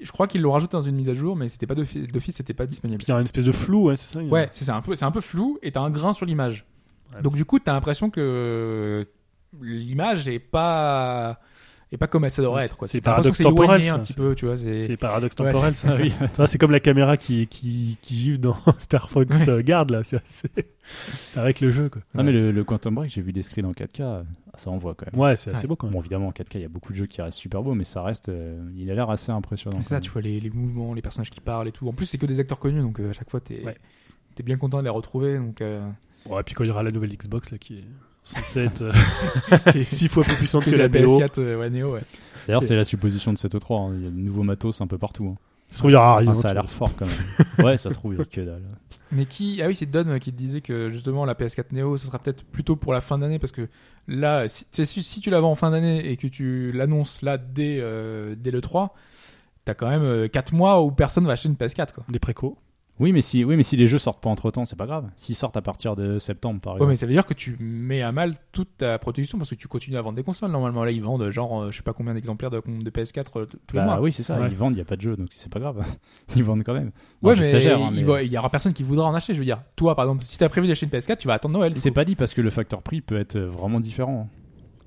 [SPEAKER 1] Je crois qu'ils l'ont rajouté dans une mise à jour, mais c'était pas d'office, d'office, c'était pas disponible.
[SPEAKER 3] Puis il y a une espèce de flou, ouais, c'est ça il y a-
[SPEAKER 1] Ouais, c'est ça, un peu, c'est un peu flou et t'as un grain sur l'image.
[SPEAKER 3] Ouais,
[SPEAKER 1] Donc du coup, t'as l'impression que l'image est pas est pas comme ça devrait
[SPEAKER 3] C'est-
[SPEAKER 1] être. quoi.
[SPEAKER 3] c'est
[SPEAKER 1] T'as l'impression
[SPEAKER 3] paradoxe
[SPEAKER 1] que c'est éloigné
[SPEAKER 3] temporel, ça.
[SPEAKER 1] un petit peu, tu vois. c'est-
[SPEAKER 3] C'est paradoxe
[SPEAKER 1] Ouais,
[SPEAKER 3] temporel, ça.
[SPEAKER 2] oui.
[SPEAKER 3] Tu vois, c'est comme la caméra qui, qui, qui gifle dans Star Fox
[SPEAKER 1] Ouais.
[SPEAKER 3] euh, Guard, là. tu vois, C'est c'est avec le jeu, quoi.
[SPEAKER 2] Non, mais le, le Quantum Break, j'ai vu des screens en 4K, ça envoie quand même.
[SPEAKER 3] Ouais, c'est assez
[SPEAKER 1] Ouais.
[SPEAKER 3] beau quand même.
[SPEAKER 2] Bon, évidemment, en 4K, il y a beaucoup de jeux qui restent super beaux, mais ça reste. euh, il a l'air assez impressionnant.
[SPEAKER 1] Mais
[SPEAKER 2] quand
[SPEAKER 1] ça,
[SPEAKER 2] même.
[SPEAKER 1] tu vois les, les mouvements, les personnages qui parlent et tout. En plus, c'est que des acteurs connus, donc euh, à chaque fois, t'es
[SPEAKER 3] Ouais.
[SPEAKER 1] t'es bien content de les retrouver. Donc, euh,
[SPEAKER 3] Ouais, puis quand il y aura la nouvelle Xbox, là, qui est censée être euh, qui est six fois plus puissante
[SPEAKER 1] que
[SPEAKER 3] que
[SPEAKER 1] de
[SPEAKER 3] la
[SPEAKER 1] la
[SPEAKER 3] BO.
[SPEAKER 1] PS4, euh, ouais, Neo, ouais.
[SPEAKER 2] D'ailleurs,
[SPEAKER 3] c'est-
[SPEAKER 2] c'est la supposition de cette E3. hein. Il y a de nouveaux matos un peu partout. hein.
[SPEAKER 3] Ça se trouve, il y
[SPEAKER 1] Ah,
[SPEAKER 3] aura rien.
[SPEAKER 2] Enfin, ça a l'air fort quand même. ouais, ça se trouve, il y a que dalle.
[SPEAKER 1] Mais qui Ah oui, c'est Don qui te disait que justement la PS4 Neo, ça sera peut-être plutôt pour la fin d'année parce que là, si, tu sais, si- si tu la vends en fin d'année et que tu l'annonces là dès euh, dès le 3, t'as quand même 4 mois où personne va acheter une PS4 quoi.
[SPEAKER 3] Des précos.
[SPEAKER 2] Oui mais, si, oui, mais si les jeux sortent pas entre temps, c'est pas grave. S'ils sortent à partir de septembre, par
[SPEAKER 1] Ouais,
[SPEAKER 2] exemple.
[SPEAKER 1] Oh, mais ça veut dire que tu mets à mal toute ta production parce que tu continues à vendre des consoles. Normalement, là, ils vendent genre, euh, je sais pas combien d'exemplaires de, de PS4 euh, t- tous les
[SPEAKER 2] Bah
[SPEAKER 1] mois.
[SPEAKER 2] oui, c'est ça.
[SPEAKER 3] Ouais.
[SPEAKER 2] Ils vendent, il n'y a pas de jeu, donc c'est pas grave. Ils vendent quand même. Non,
[SPEAKER 1] Ouais, mais
[SPEAKER 2] j'exagère, hein,
[SPEAKER 1] il
[SPEAKER 2] mais
[SPEAKER 1] va- il y aura personne qui voudra en acheter, je veux dire. Toi, par exemple, si t'as prévu d'acheter une PS4, tu vas attendre Noël. du
[SPEAKER 2] C'est
[SPEAKER 1] coup.
[SPEAKER 2] pas dit parce que le facteur prix peut être vraiment différent.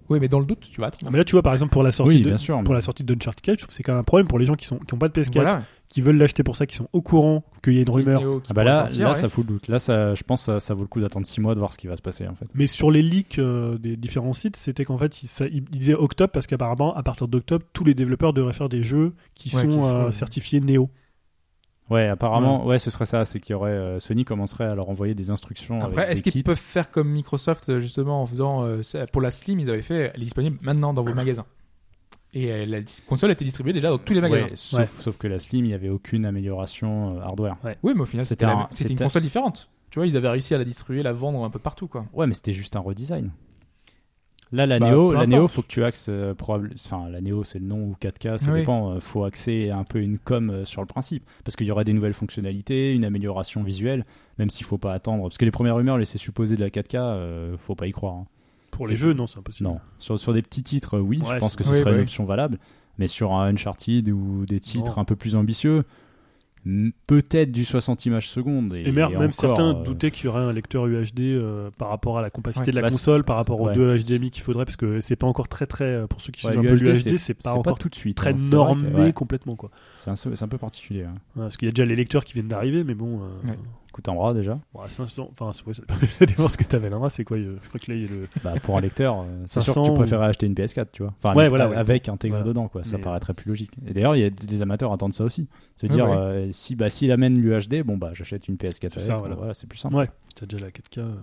[SPEAKER 1] Oui, mais dans le doute, tu vas attendre.
[SPEAKER 3] Non, mais là, tu vois, par exemple, pour la sortie
[SPEAKER 2] Oui,
[SPEAKER 3] de.
[SPEAKER 2] bien sûr. mais-
[SPEAKER 3] Pour la sortie de Uncharted 4, je trouve que c'est quand même un problème pour les gens qui sont qui ont pas de PS4,
[SPEAKER 1] Voilà.
[SPEAKER 3] qui veulent l'acheter pour ça, qui sont au courant qu'il y a une rumeur.
[SPEAKER 1] Vidéo qui
[SPEAKER 2] Ah bah
[SPEAKER 1] pourrait
[SPEAKER 2] là,
[SPEAKER 1] sortir,
[SPEAKER 2] là
[SPEAKER 1] ouais.
[SPEAKER 2] ça fout le doute. Là, ça, je pense que ça, ça vaut le coup d'attendre 6 mois de voir ce qui va se passer en fait.
[SPEAKER 3] Mais sur les leaks euh, des différents sites, c'était qu'en fait, ils, ça- ils- ils disaient octobre parce qu'apparemment, à partir d'octobre, tous les développeurs devraient faire des jeux qui
[SPEAKER 1] Ouais,
[SPEAKER 3] sont,
[SPEAKER 1] qui sont,
[SPEAKER 3] euh,
[SPEAKER 1] euh,
[SPEAKER 3] certifiés Neo.
[SPEAKER 2] Ouais, apparemment, ouais, ce serait ça. C'est qu'il y aurait. euh, Sony commencerait à leur envoyer des instructions.
[SPEAKER 1] Après,
[SPEAKER 2] avec
[SPEAKER 1] est-ce
[SPEAKER 2] des
[SPEAKER 1] qu'ils
[SPEAKER 2] kits.
[SPEAKER 1] peuvent faire comme Microsoft, euh, justement, en faisant. euh, ça- pour la Slim, ils avaient fait. Elle est disponible maintenant dans vos magasins. Et euh, la dis- console était distribuée déjà dans tous les magasins.
[SPEAKER 2] Ouais, sauf,
[SPEAKER 3] Ouais.
[SPEAKER 2] sauf que la Slim, il n'y avait aucune amélioration euh, hardware.
[SPEAKER 1] Oui, mais au final, c'était
[SPEAKER 2] C'était
[SPEAKER 1] la
[SPEAKER 2] un-
[SPEAKER 1] même- c'était une
[SPEAKER 2] c'était-
[SPEAKER 1] console différente. Tu vois, ils avaient réussi à la distribuer, la vendre un peu partout, quoi.
[SPEAKER 2] Ouais, mais c'était juste un redesign. Là, la
[SPEAKER 1] Bah,
[SPEAKER 2] Neo,
[SPEAKER 1] peu
[SPEAKER 2] la
[SPEAKER 1] importe.
[SPEAKER 2] Neo, faut que tu axes euh, probable. Enfin, la Neo, c'est le nom ou 4K, ça
[SPEAKER 1] Oui.
[SPEAKER 2] dépend. euh, faut axer un peu une com euh, sur le principe, parce qu'il y aura des nouvelles fonctionnalités, une amélioration visuelle, même s'il faut pas attendre, parce que les premières rumeurs laissaient supposer de la 4K, euh, faut pas y croire. hein.
[SPEAKER 3] Pour
[SPEAKER 2] C'est-
[SPEAKER 3] les jeux, non, c'est impossible.
[SPEAKER 2] Non, sur, sur des petits titres, euh, oui,
[SPEAKER 3] Ouais,
[SPEAKER 2] je pense que
[SPEAKER 1] c'est-
[SPEAKER 2] ce
[SPEAKER 1] Oui,
[SPEAKER 2] serait
[SPEAKER 1] bah
[SPEAKER 2] une
[SPEAKER 1] oui.
[SPEAKER 2] option valable. Mais sur un Uncharted ou des titres
[SPEAKER 3] Non.
[SPEAKER 2] un peu plus ambitieux, m- peut-être du 60 images secondes. Et,
[SPEAKER 3] Et mer-
[SPEAKER 2] et
[SPEAKER 3] même,
[SPEAKER 2] encore,
[SPEAKER 3] certains
[SPEAKER 2] euh,
[SPEAKER 3] doutaient qu'il y aurait un lecteur UHD euh, par rapport à la compacité
[SPEAKER 1] Ouais,
[SPEAKER 3] de la
[SPEAKER 2] bah,
[SPEAKER 3] console, par rapport aux
[SPEAKER 2] ouais.
[SPEAKER 3] deux HDMI qu'il faudrait, parce que c'est pas encore très très. euh, Pour ceux qui
[SPEAKER 2] Ouais,
[SPEAKER 3] suivent un peu
[SPEAKER 2] UHD,
[SPEAKER 3] l'UHD, c'est pas
[SPEAKER 2] c'est
[SPEAKER 3] encore
[SPEAKER 2] tout de suite.
[SPEAKER 3] très
[SPEAKER 2] hein, c'est vrai
[SPEAKER 3] normé
[SPEAKER 2] que- ouais,
[SPEAKER 3] complètement, quoi.
[SPEAKER 2] C'est un, c'est un peu particulier. hein.
[SPEAKER 3] Ouais, parce qu'il y a déjà les lecteurs qui viennent d'arriver, mais bon. euh,
[SPEAKER 1] Ouais.
[SPEAKER 2] Coûte un bras déjà.
[SPEAKER 3] bon, à 500, enfin, c'est- ouais, ça dépend- ça dépend ce que t'avais là, c'est quoi euh, Je crois que là, il y a le.
[SPEAKER 2] Bah, pour un lecteur, euh, c'est sûr que
[SPEAKER 3] 500
[SPEAKER 2] tu
[SPEAKER 3] ou-
[SPEAKER 2] préférais acheter une PS4, tu vois. Enfin,
[SPEAKER 3] Ouais,
[SPEAKER 2] avec-
[SPEAKER 3] voilà, ouais.
[SPEAKER 2] avec intégré
[SPEAKER 3] Voilà.
[SPEAKER 2] dedans, quoi. Ça
[SPEAKER 3] Mais-
[SPEAKER 2] paraîtrait plus logique. Et d'ailleurs, il y a des amateurs qui attendent ça aussi. Se
[SPEAKER 1] Ouais,
[SPEAKER 2] dire,
[SPEAKER 1] ouais.
[SPEAKER 2] euh, si bah, s'il amène l'UHD, bon bah j'achète une PS4
[SPEAKER 3] C'est
[SPEAKER 2] avec.
[SPEAKER 3] ça,
[SPEAKER 2] bon,
[SPEAKER 3] voilà.
[SPEAKER 2] voilà, c'est plus simple.
[SPEAKER 3] Ouais, t'as déjà la 4K. euh.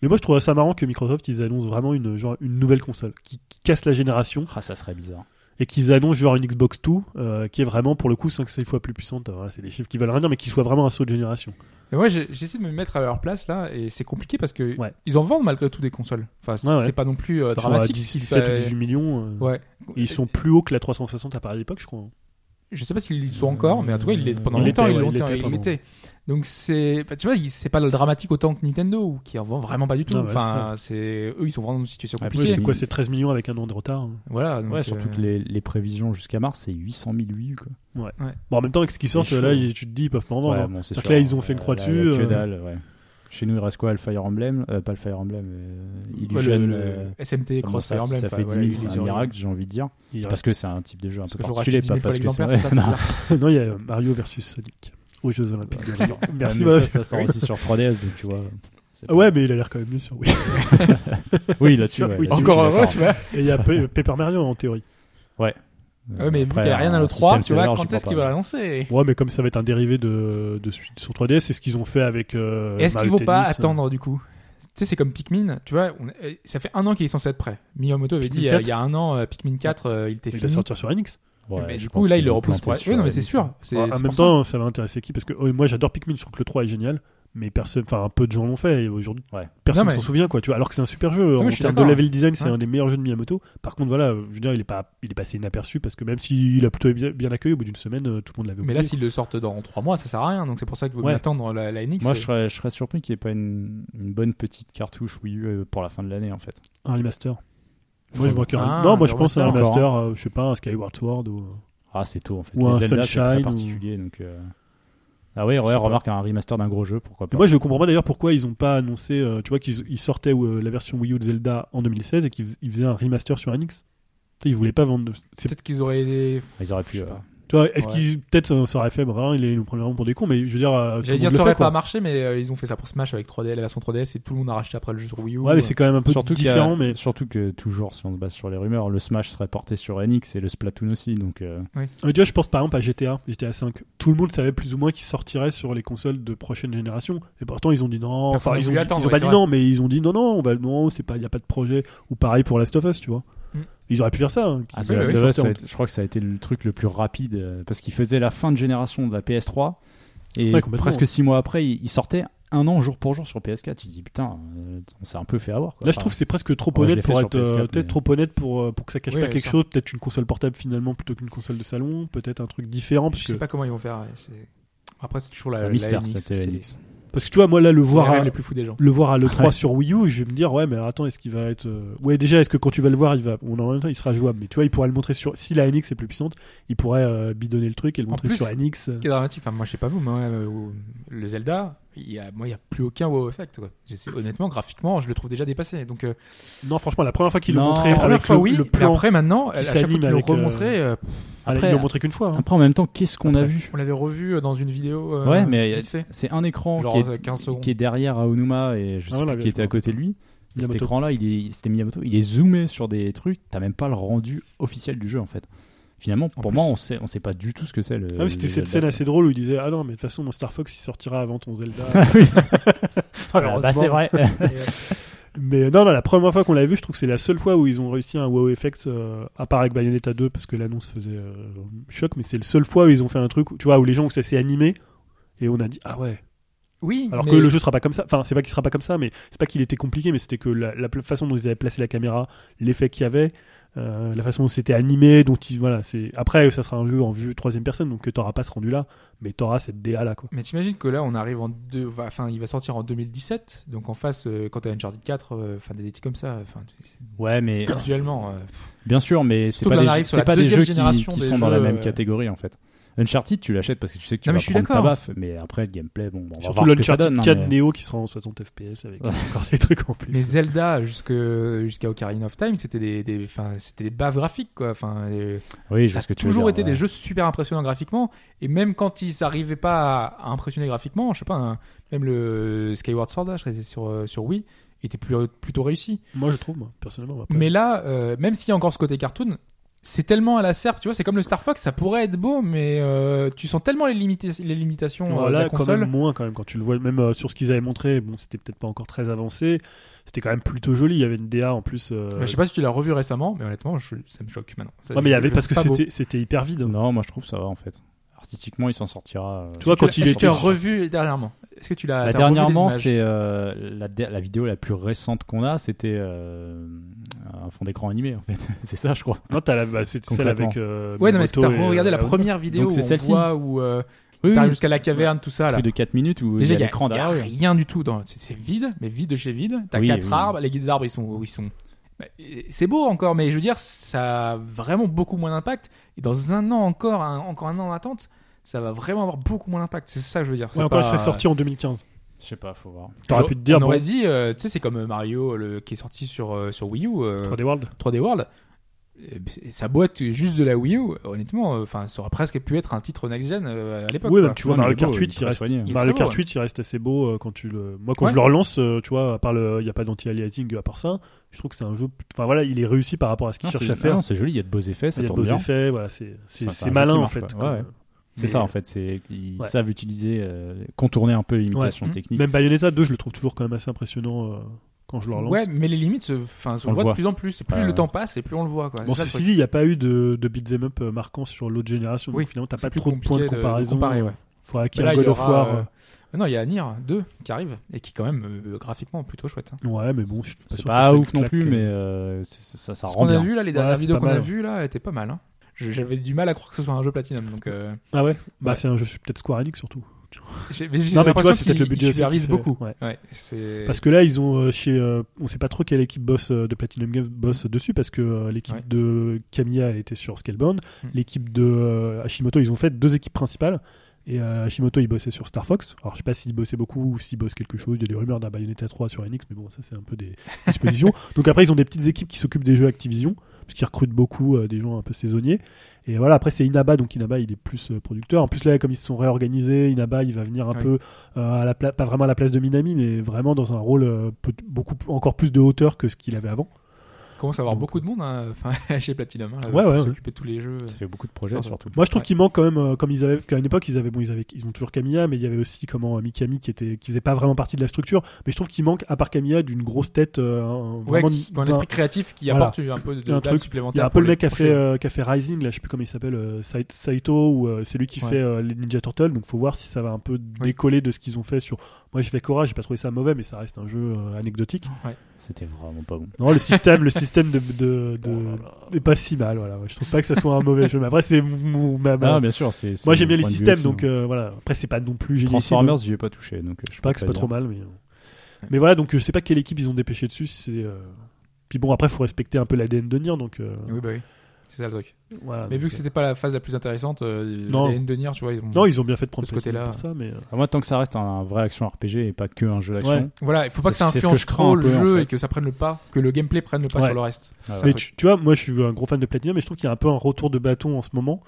[SPEAKER 3] Mais moi, je trouverais ça marrant que Microsoft, ils annoncent vraiment une, genre, une nouvelle console qui, qui casse la génération
[SPEAKER 2] Ah, ça serait bizarre.
[SPEAKER 3] et qu'ils annoncent genre une Xbox 2 euh, qui est vraiment pour le coup 5-6 fois plus puissante. Euh, voilà, c'est des chiffres qui veulent rien dire, mais qui soit vraiment un saut de génération.
[SPEAKER 1] Mais ouais, j'ai- j'essaie de me mettre à leur place là, et c'est compliqué parce que
[SPEAKER 3] Ouais.
[SPEAKER 1] ils en vendent malgré tout des consoles. Enfin, c'est
[SPEAKER 3] Ouais, ouais.
[SPEAKER 1] c'est pas non plus euh,
[SPEAKER 3] Sur, euh,
[SPEAKER 1] dramatique.
[SPEAKER 3] 10,
[SPEAKER 1] si
[SPEAKER 3] 17
[SPEAKER 1] ça-
[SPEAKER 3] ou 18 millions. euh,
[SPEAKER 1] Ouais.
[SPEAKER 3] Ils sont plus hauts que la 360 à Paris à l'époque, je crois.
[SPEAKER 1] Je sais pas s'ils y sont encore, mais en tout cas, ils l'étaient- pendant
[SPEAKER 2] Ils
[SPEAKER 1] longtemps,
[SPEAKER 3] l'étaient,
[SPEAKER 1] ils
[SPEAKER 3] ouais,
[SPEAKER 1] l'ont
[SPEAKER 3] ils l'étaient,
[SPEAKER 1] ils
[SPEAKER 3] pardon.
[SPEAKER 1] l'étaient. Donc c'est, bah, tu vois, ils- c'est pas le dramatique autant que Nintendo, ou qui en vend vraiment pas du tout.
[SPEAKER 3] Ah ouais,
[SPEAKER 1] enfin, c'est eux, ils sont vraiment dans une situation
[SPEAKER 2] Ah,
[SPEAKER 3] Ouais,
[SPEAKER 1] compliquée.
[SPEAKER 3] c'est quoi C'est 13 millions avec un an de retard. hein.
[SPEAKER 1] Voilà. donc,
[SPEAKER 2] Ouais, surtout
[SPEAKER 1] euh,
[SPEAKER 2] que les, les prévisions jusqu'à mars, c'est 800 000 Wii U. Quoi.
[SPEAKER 3] Bon, en même temps, avec ce qui sort,
[SPEAKER 2] chaud.
[SPEAKER 3] là, ils- tu te dis, ils peuvent pas en vendre.
[SPEAKER 2] Ouais,
[SPEAKER 3] hein.
[SPEAKER 2] bon, c'est
[SPEAKER 3] C'est-à-dire
[SPEAKER 2] sûr.
[SPEAKER 3] que là, ils ont fait une
[SPEAKER 2] Euh,
[SPEAKER 3] croix
[SPEAKER 2] là,
[SPEAKER 3] dessus,
[SPEAKER 2] y a que
[SPEAKER 3] euh.
[SPEAKER 2] dalle, ouais. Chez nous, il reste quoi Le Fire Emblem euh, Pas le Fire Emblem, euh,
[SPEAKER 1] ouais,
[SPEAKER 2] Illusion.
[SPEAKER 1] le, le
[SPEAKER 2] euh,
[SPEAKER 1] SMT
[SPEAKER 2] comment
[SPEAKER 1] Cross
[SPEAKER 2] ça,
[SPEAKER 1] Fire Emblem.
[SPEAKER 2] ça
[SPEAKER 1] enfin,
[SPEAKER 2] fait 10
[SPEAKER 1] voilà,
[SPEAKER 2] 000,
[SPEAKER 1] ils-
[SPEAKER 2] c'est
[SPEAKER 1] ils
[SPEAKER 2] un
[SPEAKER 1] ont-
[SPEAKER 2] miracle, j'ai envie de dire.
[SPEAKER 3] Il
[SPEAKER 2] C'est
[SPEAKER 3] reste-
[SPEAKER 2] parce que c'est un type de jeu un
[SPEAKER 1] Parce
[SPEAKER 2] peu
[SPEAKER 1] que j'aurais
[SPEAKER 2] particulier,
[SPEAKER 1] acheté 10
[SPEAKER 2] pas
[SPEAKER 1] 000 fois l'exemplaire,
[SPEAKER 2] parce que c'est ouais,
[SPEAKER 1] c'est ça, c'est
[SPEAKER 2] non.
[SPEAKER 1] bizarre.
[SPEAKER 3] Non, il y a Mario versus Sonic aux Jeux Olympiques. de Londres. Merci,
[SPEAKER 2] Ouais, mais
[SPEAKER 3] bah,
[SPEAKER 2] ça, ça sort
[SPEAKER 3] oui.
[SPEAKER 2] aussi sur 3DS, donc tu vois. c'est pas-
[SPEAKER 3] Ouais, mais il a l'air quand même mieux sur Wii.
[SPEAKER 2] Oui, là-dessus. ouais, là-dessus,
[SPEAKER 3] Oui.
[SPEAKER 2] je suis
[SPEAKER 1] Encore heureux,
[SPEAKER 2] d'accord.
[SPEAKER 1] tu vois.
[SPEAKER 3] Et il y a Pe- Paper Mario en théorie.
[SPEAKER 2] Euh,
[SPEAKER 1] Ouais, mais vu
[SPEAKER 2] après,
[SPEAKER 1] qu'il n'y a rien
[SPEAKER 2] un
[SPEAKER 1] à
[SPEAKER 2] système
[SPEAKER 1] l'E3, tu vois,
[SPEAKER 2] seller, j'y
[SPEAKER 1] quand est-ce
[SPEAKER 2] crois
[SPEAKER 1] qu'il
[SPEAKER 2] pas.
[SPEAKER 1] va l'annoncer
[SPEAKER 3] Ouais, mais comme ça va être un dérivé de, de, su- sur 3DS, c'est ce qu'ils ont fait avec. euh,
[SPEAKER 1] Est-ce qu'il
[SPEAKER 3] Mario
[SPEAKER 1] vaut pas
[SPEAKER 3] Tennis.
[SPEAKER 1] attendre du coup Tu sais, c'est comme Pikmin, tu vois, on- euh, ça fait un an qu'il est censé être prêt. Miyamoto avait
[SPEAKER 3] Pikmin
[SPEAKER 1] dit euh,
[SPEAKER 3] 4.
[SPEAKER 1] il y a un an, euh, Pikmin 4, euh, il était
[SPEAKER 3] Il va
[SPEAKER 1] fini.
[SPEAKER 3] sortir sur Enix.
[SPEAKER 2] Ouais,
[SPEAKER 1] mais
[SPEAKER 2] je
[SPEAKER 1] du
[SPEAKER 2] pense
[SPEAKER 1] coup, là,
[SPEAKER 2] qu'ils
[SPEAKER 1] il le
[SPEAKER 2] vont
[SPEAKER 1] repousse.
[SPEAKER 2] planter
[SPEAKER 1] pour-
[SPEAKER 2] sur
[SPEAKER 1] Oui, non, mais
[SPEAKER 2] la
[SPEAKER 1] c'est
[SPEAKER 2] liste.
[SPEAKER 1] sûr. C'est
[SPEAKER 3] en
[SPEAKER 1] c'est
[SPEAKER 3] même
[SPEAKER 1] pour ça.
[SPEAKER 3] temps, ça va intéresser qui Parce que oh, moi, j'adore Pikmin. Je trouve que le 3 est génial, mais personne, enfin, peu de gens l'ont fait. Et aujourd'hui,
[SPEAKER 2] Ouais.
[SPEAKER 3] personne
[SPEAKER 1] Non,
[SPEAKER 3] ne
[SPEAKER 1] mais-
[SPEAKER 3] s'en souvient, quoi. Tu vois, alors que c'est un super jeu.
[SPEAKER 1] mais
[SPEAKER 3] en
[SPEAKER 1] je suis
[SPEAKER 3] termes de
[SPEAKER 1] d'accord.
[SPEAKER 3] level design, c'est
[SPEAKER 1] Ouais.
[SPEAKER 3] un des meilleurs jeux de Miyamoto. Par contre, voilà, je veux dire, il est pas, il est passé inaperçu parce que même s'il a plutôt bien, bien accueilli, au bout d'une semaine, euh, tout le monde l'avait.
[SPEAKER 1] Mais
[SPEAKER 3] oublié.
[SPEAKER 1] là, s'ils le sortent dans 3 mois, ça sert à rien. Donc c'est pour ça qu'il vaut mieux
[SPEAKER 3] Ouais.
[SPEAKER 1] attendre la, la NX.
[SPEAKER 2] Moi, je serais, je serais surpris qu'il n'y ait pas une, une bonne petite cartouche Wii U euh, pour la fin de l'année, en fait.
[SPEAKER 3] un remaster. Moi, je vois qu'un.
[SPEAKER 1] Ah,
[SPEAKER 3] non, moi,
[SPEAKER 1] un
[SPEAKER 3] je pense à un
[SPEAKER 2] remaster,
[SPEAKER 3] remaster. euh, je sais pas, un Skyward Sword ou.
[SPEAKER 2] Ah, c'est tôt, en fait. Les
[SPEAKER 3] Ou un
[SPEAKER 2] Zelda, c'est très
[SPEAKER 3] Sunshine, ou-
[SPEAKER 2] particulier, donc... euh, Ah ouais,
[SPEAKER 3] Je
[SPEAKER 2] ouais
[SPEAKER 3] sais
[SPEAKER 2] remarque un remaster d'un gros jeu, pourquoi
[SPEAKER 3] Et
[SPEAKER 2] pas.
[SPEAKER 3] moi, je comprends pas d'ailleurs pourquoi ils ont pas annoncé. euh, tu vois qu'ils ils sortaient euh, la version Wii U de Zelda en 2016 et qu'ils fais- ils faisaient un remaster sur NX. Tu sais, Ils voulaient pas vendre. de- c'est-
[SPEAKER 1] Peut-être qu'ils auraient. des-
[SPEAKER 2] Ils auraient pu...
[SPEAKER 1] Je sais
[SPEAKER 2] euh,
[SPEAKER 1] pas.
[SPEAKER 3] Tu vois, est-ce
[SPEAKER 1] Ouais.
[SPEAKER 3] qu'ils peut-être euh, ça aurait fait bah, vraiment, il est nous prend vraiment pour des cons, mais je veux dire, euh, tout le
[SPEAKER 1] J'allais dire,
[SPEAKER 3] monde le
[SPEAKER 1] ça aurait
[SPEAKER 3] fait, quoi.
[SPEAKER 1] pas marché, mais euh, ils ont fait ça pour Smash avec 3D, la version 3DS, et tout le monde a racheté après le jeu sur Wii U. Euh,
[SPEAKER 3] Ouais, mais c'est quand même un peu
[SPEAKER 2] surtout qu'il y a-
[SPEAKER 3] différent, mais
[SPEAKER 2] surtout que toujours, si on se base sur les rumeurs, le Smash serait porté sur NX et le Splatoon aussi, donc euh,
[SPEAKER 3] Euh, tu vois, je pense par exemple à GTA, GTA 5. Tout le monde savait plus ou moins qu'il sortirait sur les consoles de prochaine génération, et pourtant ils ont dit non.
[SPEAKER 1] Personne
[SPEAKER 3] Enfin,
[SPEAKER 1] n'a
[SPEAKER 3] ils ont,
[SPEAKER 1] voulu
[SPEAKER 3] dit-
[SPEAKER 1] attendre,
[SPEAKER 3] ils ont
[SPEAKER 1] ouais,
[SPEAKER 3] pas
[SPEAKER 1] c'est
[SPEAKER 3] dit
[SPEAKER 1] vrai.
[SPEAKER 3] non, mais ils ont dit non, non, on va non, c'est pas, il y a pas de projet. Ou pareil pour Last of Us, tu vois.
[SPEAKER 1] Mm.
[SPEAKER 3] Ils auraient pu faire ça. hein,
[SPEAKER 2] Ah, The
[SPEAKER 3] qu'ils-
[SPEAKER 1] oui,
[SPEAKER 2] Last
[SPEAKER 1] oui,
[SPEAKER 2] of
[SPEAKER 3] sortaient
[SPEAKER 2] Us, ça
[SPEAKER 3] en-
[SPEAKER 2] a été- je crois que ça a été le truc le plus rapide euh, parce qu'il faisait la fin de génération de la PS3 et
[SPEAKER 3] Ouais, complètement.
[SPEAKER 2] presque six mois après, il, il sortait un an jour pour jour sur PS4. Tu te dis putain, euh, on s'est un peu fait avoir. Quoi.
[SPEAKER 3] Là, je
[SPEAKER 2] Enfin,
[SPEAKER 3] trouve que c'est presque trop
[SPEAKER 2] ouais, je l'ai
[SPEAKER 3] honnête
[SPEAKER 2] fait
[SPEAKER 3] pour
[SPEAKER 2] sur
[SPEAKER 3] être euh,
[SPEAKER 2] PS4,
[SPEAKER 3] peut-être
[SPEAKER 2] mais-
[SPEAKER 3] trop honnête pour euh, pour que ça cache
[SPEAKER 1] Oui,
[SPEAKER 3] pas
[SPEAKER 1] oui,
[SPEAKER 3] quelque
[SPEAKER 1] ça.
[SPEAKER 3] chose. Peut-être une console portable finalement plutôt qu'une console de salon. Peut-être un truc différent parce
[SPEAKER 1] Je
[SPEAKER 3] que
[SPEAKER 1] sais pas comment ils vont faire. ouais, c'est- Après, c'est toujours
[SPEAKER 2] c'est
[SPEAKER 1] la.
[SPEAKER 2] un
[SPEAKER 1] la
[SPEAKER 2] mystère euh,
[SPEAKER 1] NX,
[SPEAKER 2] c'était
[SPEAKER 1] c'est-
[SPEAKER 2] NX.
[SPEAKER 3] parce que tu vois moi là le
[SPEAKER 1] C'est les
[SPEAKER 3] voir à-
[SPEAKER 1] rêves les plus fous des gens.
[SPEAKER 3] le voir à le 3 sur Wii U, je vais me dire ouais mais attends est-ce qu'il va être euh, ouais déjà est-ce que quand tu vas le voir il va on en même temps il sera jouable mais tu vois il pourrait le montrer sur si la NX est plus puissante il pourrait euh, bidonner le truc et le
[SPEAKER 1] En
[SPEAKER 3] montrer
[SPEAKER 1] plus-
[SPEAKER 3] sur la NX. euh.
[SPEAKER 1] Ce qui est dramatique, enfin, moi je sais pas vous, mais euh, au- le Zelda, il y a, moi il n'y a plus aucun wow effect. Quoi. Je sais- honnêtement, graphiquement, je le trouve déjà dépassé. Donc, euh,
[SPEAKER 3] Non franchement la première fois qu'il l'ont
[SPEAKER 2] Non.
[SPEAKER 3] montré
[SPEAKER 1] la
[SPEAKER 2] La première
[SPEAKER 1] première
[SPEAKER 3] Ah, avec
[SPEAKER 1] fois,
[SPEAKER 3] le,
[SPEAKER 1] oui,
[SPEAKER 3] le
[SPEAKER 1] mais
[SPEAKER 3] plan
[SPEAKER 1] après maintenant, à chaque
[SPEAKER 3] qui
[SPEAKER 1] fois
[SPEAKER 3] s'anime
[SPEAKER 1] qu'ils l'ont
[SPEAKER 3] avec, euh,
[SPEAKER 1] remontré, euh,
[SPEAKER 3] Ah, là,
[SPEAKER 2] après-
[SPEAKER 3] ils l'ont montré qu'une fois. hein.
[SPEAKER 2] Après, en même temps, qu'est-ce qu'on a
[SPEAKER 3] Après.
[SPEAKER 2] vu
[SPEAKER 1] on l'avait revu euh, dans une vidéo euh,
[SPEAKER 2] Ouais, mais
[SPEAKER 1] vite fait.
[SPEAKER 2] C'est un écran
[SPEAKER 1] Genre,
[SPEAKER 2] qui
[SPEAKER 1] euh,
[SPEAKER 2] est,
[SPEAKER 1] 15 secondes.
[SPEAKER 2] qui est derrière Aonuma et je sais
[SPEAKER 3] Ah, voilà,
[SPEAKER 2] plus qui
[SPEAKER 3] bien
[SPEAKER 2] était
[SPEAKER 3] sûr.
[SPEAKER 2] à côté de lui. Et cet
[SPEAKER 3] Miyamoto.
[SPEAKER 2] écran-là, il est, c'était Miyamoto, il est zoomé sur des trucs. T'as même pas le rendu officiel du jeu en fait. Finalement,
[SPEAKER 3] En
[SPEAKER 2] pour
[SPEAKER 3] plus-
[SPEAKER 2] moi, on sait, on sait pas du tout ce que c'est le.
[SPEAKER 3] Ah, mais c'était
[SPEAKER 2] le
[SPEAKER 3] cette
[SPEAKER 2] Zelda,
[SPEAKER 3] scène
[SPEAKER 2] quoi.
[SPEAKER 3] assez drôle où il disait ah non mais de toute façon mon Star Fox il sortira avant ton Zelda.
[SPEAKER 2] Ah, bah, c'est vrai.
[SPEAKER 1] Et, euh,
[SPEAKER 3] Mais non, non, la première fois qu'on l'a vu, je trouve que c'est la seule fois où ils ont réussi un wow effect, euh, à part avec Bayonetta 2, parce que l'annonce faisait euh, choc, mais c'est la seule fois où ils ont fait un truc, tu vois, où les gens, où ça s'est animé, et on a dit, ah ouais.
[SPEAKER 1] oui,
[SPEAKER 3] Alors
[SPEAKER 1] mais
[SPEAKER 3] que le jeu sera pas comme ça, enfin, c'est pas qu'il sera pas comme ça, mais c'est pas qu'il était compliqué, mais c'était que la, la pla- façon dont ils avaient placé la caméra, l'effet qu'il y avait, euh, la façon dont c'était animé, dont ils, voilà, c'est, après, ça sera un jeu en vue troisième personne, donc t'auras pas ce rendu là, mais t'auras cette DA là, quoi.
[SPEAKER 1] Mais t'imagines que là, on arrive en deux. va- Enfin, il va sortir en 2017. Donc en face, euh, quand t'as Uncharted 4, euh, enfin des titres comme ça, enfin,
[SPEAKER 2] ouais, mais
[SPEAKER 1] visuellement. euh,
[SPEAKER 2] Bien sûr, mais c'est
[SPEAKER 1] Surtout
[SPEAKER 2] pas
[SPEAKER 1] que là, on
[SPEAKER 2] des,
[SPEAKER 1] arrive
[SPEAKER 2] jeux-
[SPEAKER 1] sur
[SPEAKER 2] c'est
[SPEAKER 1] la
[SPEAKER 2] pas des
[SPEAKER 1] deuxième
[SPEAKER 2] jeux qui,
[SPEAKER 1] génération
[SPEAKER 2] qui
[SPEAKER 1] des
[SPEAKER 2] sont dans la
[SPEAKER 1] jeux,
[SPEAKER 2] même
[SPEAKER 1] euh,
[SPEAKER 2] catégorie en fait. Uncharted, tu l'achètes parce que tu sais que tu
[SPEAKER 1] Non, mais
[SPEAKER 2] vas
[SPEAKER 1] je suis
[SPEAKER 2] prendre ta
[SPEAKER 1] d'accord.
[SPEAKER 2] baffe, mais après le gameplay, bon, on va
[SPEAKER 3] Surtout
[SPEAKER 2] voir ce que ça donne.
[SPEAKER 3] l'Uncharted
[SPEAKER 2] hein,
[SPEAKER 3] 4
[SPEAKER 2] mais-
[SPEAKER 3] Neo qui sera en 60 FPS avec encore des trucs en plus.
[SPEAKER 2] euh,
[SPEAKER 1] Mais Zelda jusque jusqu'à Ocarina of Time, c'était des, des, enfin, c'était des baves graphiques quoi. Enfin, euh,
[SPEAKER 2] Oui,
[SPEAKER 1] ça
[SPEAKER 2] je vois
[SPEAKER 1] a
[SPEAKER 2] ce que tu veux
[SPEAKER 1] toujours
[SPEAKER 2] dire, euh,
[SPEAKER 1] été
[SPEAKER 2] ouais.
[SPEAKER 1] des jeux super impressionnants graphiquement. Et même quand ils n'arrivaient pas à, à impressionner graphiquement, je sais pas, un- même le Skyward Sword, là, je crois que c'est sur euh, sur Wii, était plus- plutôt réussi.
[SPEAKER 3] Moi, je trouve, moi, personnellement. moi, après.
[SPEAKER 1] Mais là, euh, même s'il y a encore ce côté cartoon, c'est tellement à la serpe, tu vois, c'est comme le Star Fox, ça pourrait être beau, mais euh, tu sens tellement les, limita- les limitations euh, de
[SPEAKER 3] Voilà,
[SPEAKER 1] la
[SPEAKER 3] quand
[SPEAKER 1] console.
[SPEAKER 3] même moins quand même quand tu le vois même euh, sur ce qu'ils avaient montré bon c'était peut-être pas encore très avancé c'était quand même plutôt joli il y avait une DA en plus euh,
[SPEAKER 1] Bah, je sais pas si tu l'as revu récemment, mais honnêtement, je- ça me choque maintenant. Ça,
[SPEAKER 3] ouais, mais il y
[SPEAKER 1] je-
[SPEAKER 3] avait
[SPEAKER 1] je
[SPEAKER 3] parce que
[SPEAKER 1] trouve pas beau.
[SPEAKER 3] c'était c'était hyper
[SPEAKER 1] euh.
[SPEAKER 3] vide
[SPEAKER 2] Non, moi je trouve ça va en fait. Artistiquement, il s'en sortira. euh,
[SPEAKER 3] tu vois quand
[SPEAKER 1] Tu
[SPEAKER 3] il
[SPEAKER 1] l'as- Est-ce que tu
[SPEAKER 3] était
[SPEAKER 1] l'as revu dernièrement Est-ce que tu
[SPEAKER 3] Ah,
[SPEAKER 1] l'as
[SPEAKER 2] Bah,
[SPEAKER 1] t'as revu des
[SPEAKER 2] dernièrement,
[SPEAKER 1] images
[SPEAKER 2] c'est euh, la, de- la vidéo la plus récente qu'on a, c'était euh, un fond d'écran animé en fait. c'est ça, je crois.
[SPEAKER 3] non t'as la bah, c'est celle
[SPEAKER 2] Concrètement.
[SPEAKER 3] avec euh,
[SPEAKER 1] Ouais, non, mais est-ce que
[SPEAKER 3] Miyamoto
[SPEAKER 1] t'as
[SPEAKER 3] et,
[SPEAKER 1] regardé la
[SPEAKER 3] euh,
[SPEAKER 1] première vidéo
[SPEAKER 2] Donc,
[SPEAKER 1] où
[SPEAKER 2] c'est
[SPEAKER 1] on
[SPEAKER 2] celle-ci.
[SPEAKER 1] voit où euh,
[SPEAKER 2] Oui,
[SPEAKER 1] t'arrives
[SPEAKER 2] oui,
[SPEAKER 1] jusqu'à la caverne, tout ça
[SPEAKER 2] c'est un
[SPEAKER 1] là
[SPEAKER 2] truc de 4 minutes où
[SPEAKER 1] Déjà,
[SPEAKER 2] il y a l'écran
[SPEAKER 1] y a
[SPEAKER 2] derrière. oui.
[SPEAKER 1] rien du tout. dans- C'est c'est vide, mais vide de chez vide. T'as
[SPEAKER 2] Oui,
[SPEAKER 1] quatre
[SPEAKER 2] oui.
[SPEAKER 1] arbres, les arbres ils sont où ils sont. Bah, et- C'est beau encore, mais je veux dire, ça a vraiment beaucoup moins d'impact. Et dans un an encore, un- encore un an d'attente, ça va vraiment avoir beaucoup moins d'impact. C'est ça que je veux dire.
[SPEAKER 3] ouais,
[SPEAKER 1] C'est
[SPEAKER 3] encore
[SPEAKER 1] pas-
[SPEAKER 3] c'est sorti en 2015
[SPEAKER 2] Je sais pas, faut voir.
[SPEAKER 3] t'aurais
[SPEAKER 1] Je-
[SPEAKER 3] pu te dire
[SPEAKER 1] On aurait
[SPEAKER 3] bon
[SPEAKER 1] dit, euh, tu sais, c'est comme Mario le, qui est sorti sur, euh, sur Wii U, euh,
[SPEAKER 3] 3D World
[SPEAKER 1] 3D World. euh, sa boîte est juste de la Wii U, honnêtement, euh, enfin, ça aurait presque pu être un titre next gen euh, à l'époque.
[SPEAKER 3] Oui,
[SPEAKER 1] quoi.
[SPEAKER 3] même tu
[SPEAKER 2] Ouais,
[SPEAKER 3] vois, Mario
[SPEAKER 2] mais
[SPEAKER 3] Kart
[SPEAKER 2] bon, il
[SPEAKER 3] 8,
[SPEAKER 2] est
[SPEAKER 3] il
[SPEAKER 2] très
[SPEAKER 3] reste,
[SPEAKER 2] soigné.
[SPEAKER 1] Il est
[SPEAKER 3] Mario
[SPEAKER 1] très
[SPEAKER 3] Kart
[SPEAKER 1] beau,
[SPEAKER 3] 8, il reste assez beau euh, quand tu le. Moi, quand
[SPEAKER 1] Ouais.
[SPEAKER 3] je le relance, euh, tu vois, à part le, il y a pas d'anti-aliasing, à part ça, je trouve que c'est un jeu. Enfin voilà, il est réussi par rapport à ce qu'il
[SPEAKER 2] Non,
[SPEAKER 3] cherche
[SPEAKER 2] c'est-
[SPEAKER 3] à faire.
[SPEAKER 2] ah non, c'est joli, il y a de beaux effets, ça
[SPEAKER 3] il y a de
[SPEAKER 2] tourne
[SPEAKER 3] beaux
[SPEAKER 2] bien.
[SPEAKER 3] effets, voilà, c'est
[SPEAKER 2] Enfin,
[SPEAKER 3] c'est-
[SPEAKER 2] c'est un
[SPEAKER 3] c'est
[SPEAKER 2] jeu
[SPEAKER 3] malin
[SPEAKER 2] qui
[SPEAKER 3] en
[SPEAKER 2] marche,
[SPEAKER 3] fait.
[SPEAKER 2] quoi.
[SPEAKER 3] comme- euh,
[SPEAKER 2] Ouais, ouais. C'est
[SPEAKER 1] Mais,
[SPEAKER 2] ça en fait, c'est ils
[SPEAKER 3] ouais.
[SPEAKER 2] savent utiliser, euh, contourner un peu les limitations
[SPEAKER 1] Ouais.
[SPEAKER 2] techniques.
[SPEAKER 3] Même Bayonetta 2, je le trouve toujours quand même assez impressionnant euh, quand je le relance.
[SPEAKER 1] Ouais, mais les limites, se- enfin, se
[SPEAKER 2] On le
[SPEAKER 1] voit de
[SPEAKER 2] voit.
[SPEAKER 1] plus en plus. Et plus
[SPEAKER 2] Ouais,
[SPEAKER 1] le
[SPEAKER 2] ouais.
[SPEAKER 1] temps passe, et plus on le voit. Quoi.
[SPEAKER 3] Bon,
[SPEAKER 1] C'est ça, le
[SPEAKER 3] ceci
[SPEAKER 1] truc.
[SPEAKER 3] dit, il n'y a pas eu de, de beat'em up euh, marquant sur l'autre génération.
[SPEAKER 1] Oui,
[SPEAKER 3] donc finalement, t'as
[SPEAKER 1] C'est
[SPEAKER 3] pas
[SPEAKER 1] plus
[SPEAKER 3] trop de points de
[SPEAKER 1] compliqué
[SPEAKER 3] comparaison.
[SPEAKER 1] comparer, ouais.
[SPEAKER 3] Faudra qu'il y
[SPEAKER 1] Mais
[SPEAKER 3] ait
[SPEAKER 1] là,
[SPEAKER 3] un
[SPEAKER 1] il
[SPEAKER 3] God
[SPEAKER 1] y
[SPEAKER 3] of
[SPEAKER 1] aura,
[SPEAKER 3] War.
[SPEAKER 1] euh, Non, il y a Nier 2 qui arrive et qui, quand même, euh, graphiquement, plutôt chouette. hein.
[SPEAKER 3] euh, Ouais, mais bon, je suis pas
[SPEAKER 2] C'est
[SPEAKER 3] sûr que ça
[SPEAKER 2] pas
[SPEAKER 3] soit une
[SPEAKER 2] ouf non
[SPEAKER 3] claque,
[SPEAKER 2] plus,
[SPEAKER 3] euh.
[SPEAKER 2] mais euh, c'est- c'est- ça, ça
[SPEAKER 1] Ce
[SPEAKER 2] rend
[SPEAKER 1] qu'on a
[SPEAKER 2] bien.
[SPEAKER 1] vu là, les dernières
[SPEAKER 3] c'est
[SPEAKER 1] vidéos
[SPEAKER 3] pas
[SPEAKER 1] qu'on a
[SPEAKER 3] mal.
[SPEAKER 1] vues là, étaient pas mal. hein. Je- J'avais du mal à croire que ce soit un jeu Platinum. Donc, euh,
[SPEAKER 3] Ah ouais Bah,
[SPEAKER 1] Ouais.
[SPEAKER 3] c'est un jeu, peut-être Square Enix surtout.
[SPEAKER 1] j'ai mais j'ai
[SPEAKER 3] Non, mais tu vois,
[SPEAKER 1] l'impression
[SPEAKER 3] c'est peut-être
[SPEAKER 1] qu'ils
[SPEAKER 3] le budget
[SPEAKER 1] ils
[SPEAKER 3] aussi qui
[SPEAKER 1] supervisent
[SPEAKER 3] fait-
[SPEAKER 1] beaucoup.
[SPEAKER 3] ouais.
[SPEAKER 1] Ouais, c'est-
[SPEAKER 3] Parce que là, ils ont euh, chez. euh, on sait pas trop quelle équipe bosse euh, de Platinum Games bosse dessus parce que euh, l'équipe
[SPEAKER 1] Ouais.
[SPEAKER 3] de Camilla, elle était sur Scalebound.
[SPEAKER 1] Mm.
[SPEAKER 3] L'équipe de euh, Hashimoto, ils ont fait deux équipes principales. Et euh, Hashimoto, il bossait sur Star Fox. Alors, je sais pas s'il bossait beaucoup ou s'il bosse quelque chose. Il y a des rumeurs d'un Bayonetta 3 sur Enix, mais bon, ça, c'est un peu des dispositions. Donc, après, ils ont des petites équipes qui s'occupent des jeux Activision, parce qu'ils recrutent beaucoup euh, des gens un peu saisonniers. Et voilà, après, c'est Inaba, donc Inaba, il est plus euh, producteur. En plus, là, comme ils se sont réorganisés, Inaba, il va venir un
[SPEAKER 1] Oui.
[SPEAKER 3] peu euh, à la pla- pas vraiment à la place de Minami, mais vraiment dans un rôle euh, peut- beaucoup p- encore plus de hauteur que ce qu'il avait avant.
[SPEAKER 1] Il commence à avoir
[SPEAKER 3] Donc,
[SPEAKER 1] beaucoup de monde hein, enfin, chez Platinum. hein, là,
[SPEAKER 3] Ouais,
[SPEAKER 1] pour
[SPEAKER 3] ouais,
[SPEAKER 1] s'occuper de tous les jeux.
[SPEAKER 2] Ça fait beaucoup de projets
[SPEAKER 1] Ça,
[SPEAKER 2] surtout.
[SPEAKER 3] euh, Moi, je trouve
[SPEAKER 1] Ouais.
[SPEAKER 3] qu'il manque quand même, euh, comme ils avaient, parce qu'à une époque, ils avaient, bon, ils avaient, ils ont toujours Camilla, mais il y avait aussi comment euh, Mikami qui était, qui faisait pas vraiment partie de la structure. Mais je trouve qu'il manque, à part Camilla, d'une grosse tête, euh, un-
[SPEAKER 1] Ouais,
[SPEAKER 3] vraiment
[SPEAKER 1] qui, qui ont un
[SPEAKER 3] d'un-
[SPEAKER 1] esprit créatif qui
[SPEAKER 3] Voilà.
[SPEAKER 1] apporte un peu de,
[SPEAKER 3] Un
[SPEAKER 1] de
[SPEAKER 3] truc.
[SPEAKER 1] truc
[SPEAKER 3] Il y
[SPEAKER 1] supplémentaire.
[SPEAKER 3] a un peu
[SPEAKER 1] pour
[SPEAKER 3] le
[SPEAKER 1] les
[SPEAKER 3] mec qui a fait,
[SPEAKER 1] projets.
[SPEAKER 3] euh, qui a fait Rising, là, je sais plus comment il s'appelle, euh, Sai- Saito, ou euh, c'est lui qui
[SPEAKER 1] Ouais.
[SPEAKER 3] fait euh, les Ninja Turtles, donc faut voir si ça va un peu décoller de ce qu'ils ont fait sur. Moi, j'ai fait Korra, j'ai pas trouvé ça mauvais, mais ça reste un jeu euh, anecdotique.
[SPEAKER 1] Ouais.
[SPEAKER 2] C'était vraiment pas bon.
[SPEAKER 3] Non, le système, le système de, de, de-
[SPEAKER 1] Oh
[SPEAKER 3] est pas si mal, voilà. Ouais, Je trouve pas que ça soit un mauvais jeu, mais après, c'est mon. ma- ma-
[SPEAKER 2] Ah, bien sûr, c'est. c'est
[SPEAKER 3] bah, Moi,
[SPEAKER 2] mon
[SPEAKER 3] j'aime bien les
[SPEAKER 2] point de vue
[SPEAKER 3] systèmes,
[SPEAKER 2] aussi,
[SPEAKER 3] donc
[SPEAKER 2] hein.
[SPEAKER 3] euh, voilà. Après, c'est pas non plus génial.
[SPEAKER 2] Transformers, j'y ai pas touché, donc euh, je
[SPEAKER 3] Je sais
[SPEAKER 2] peux
[SPEAKER 3] pas que c'est pas
[SPEAKER 2] dire.
[SPEAKER 3] trop mal, mais. euh, Mais voilà, donc je sais pas quelle équipe ils ont dépêché dessus. si c'est, euh, Puis bon, après, faut respecter un peu l'ADN de Nier, donc. euh,
[SPEAKER 1] Oui, bah oui. C'est ça le truc.
[SPEAKER 3] voilà,
[SPEAKER 1] Mais
[SPEAKER 3] Ah, donc,
[SPEAKER 1] vu que c'était pas la phase la plus intéressante, euh,
[SPEAKER 3] Non.
[SPEAKER 1] les de Nier, tu vois, ils ont-
[SPEAKER 3] euh, Non, ils ont bien fait de prendre
[SPEAKER 1] De ce côté-là.
[SPEAKER 3] pour ça, mais. euh,
[SPEAKER 2] Ah, Moi, tant que ça reste un vrai action RPG et pas que un jeu d'action.
[SPEAKER 3] Ouais.
[SPEAKER 1] Voilà, il faut pas que
[SPEAKER 2] C'est-
[SPEAKER 1] ça
[SPEAKER 2] c'est ce que
[SPEAKER 1] influence
[SPEAKER 2] je crains
[SPEAKER 1] trop
[SPEAKER 2] un
[SPEAKER 1] le
[SPEAKER 2] peu, en
[SPEAKER 1] jeu
[SPEAKER 2] fait.
[SPEAKER 1] et que ça prenne le pas, que le gameplay prenne le pas
[SPEAKER 3] Ouais.
[SPEAKER 1] sur le reste.
[SPEAKER 2] Ah,
[SPEAKER 1] C'est
[SPEAKER 2] ouais.
[SPEAKER 1] un
[SPEAKER 3] Mais
[SPEAKER 1] truc.
[SPEAKER 3] tu, tu vois, moi je suis un gros fan de Platinum et je trouve qu'il y a un peu un retour de bâton en ce moment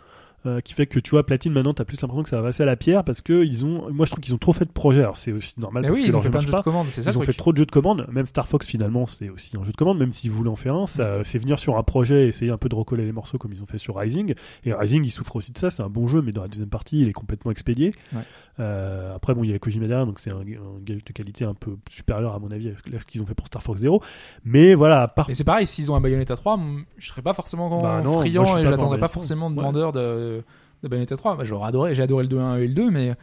[SPEAKER 3] euh, qui fait que tu vois, Platine maintenant t'as plus l'impression que ça va passer à la pierre parce que ils ont, moi je trouve qu'ils ont trop fait de projets. Alors c'est aussi normal
[SPEAKER 1] Mais
[SPEAKER 3] parce
[SPEAKER 1] oui,
[SPEAKER 3] que
[SPEAKER 1] ils ont
[SPEAKER 3] leur
[SPEAKER 1] fait
[SPEAKER 3] jeu
[SPEAKER 1] plein de
[SPEAKER 3] marche
[SPEAKER 1] jeux
[SPEAKER 3] pas.
[SPEAKER 1] de commandes, c'est ça
[SPEAKER 3] Ils
[SPEAKER 1] le
[SPEAKER 3] ont fait
[SPEAKER 1] truc.
[SPEAKER 3] trop de jeux de commandes. Même Star Fox finalement c'est aussi un jeu de commandes, même s'ils voulaient en faire un, ça,
[SPEAKER 1] Mm.
[SPEAKER 3] euh, c'est venir sur un projet et essayer un peu de recoller les morceaux comme ils ont fait sur Rising. Et Rising il souffre aussi de ça, c'est un bon jeu mais dans la deuxième partie il est complètement expédié.
[SPEAKER 1] Ouais.
[SPEAKER 3] Euh, après bon il y a Kojima derrière donc c'est un, un gage de qualité un peu supérieur à mon avis à ce- à ce qu'ils ont fait pour Star Fox Zero. Mais voilà, à part
[SPEAKER 1] Et c'est pareil, s'ils ont un Bayonetta 3, m- je serais pas forcément
[SPEAKER 3] Bah non,
[SPEAKER 1] friand
[SPEAKER 3] moi, je suis
[SPEAKER 1] et
[SPEAKER 3] pas
[SPEAKER 1] j'attendrais
[SPEAKER 3] Bayonetta
[SPEAKER 1] pas forcément de
[SPEAKER 3] Ouais.
[SPEAKER 1] demandeur de, de Bayonetta 3. Bah, J'aurais adoré, j'ai adoré le 2-1 et le 2, mais
[SPEAKER 3] Ah,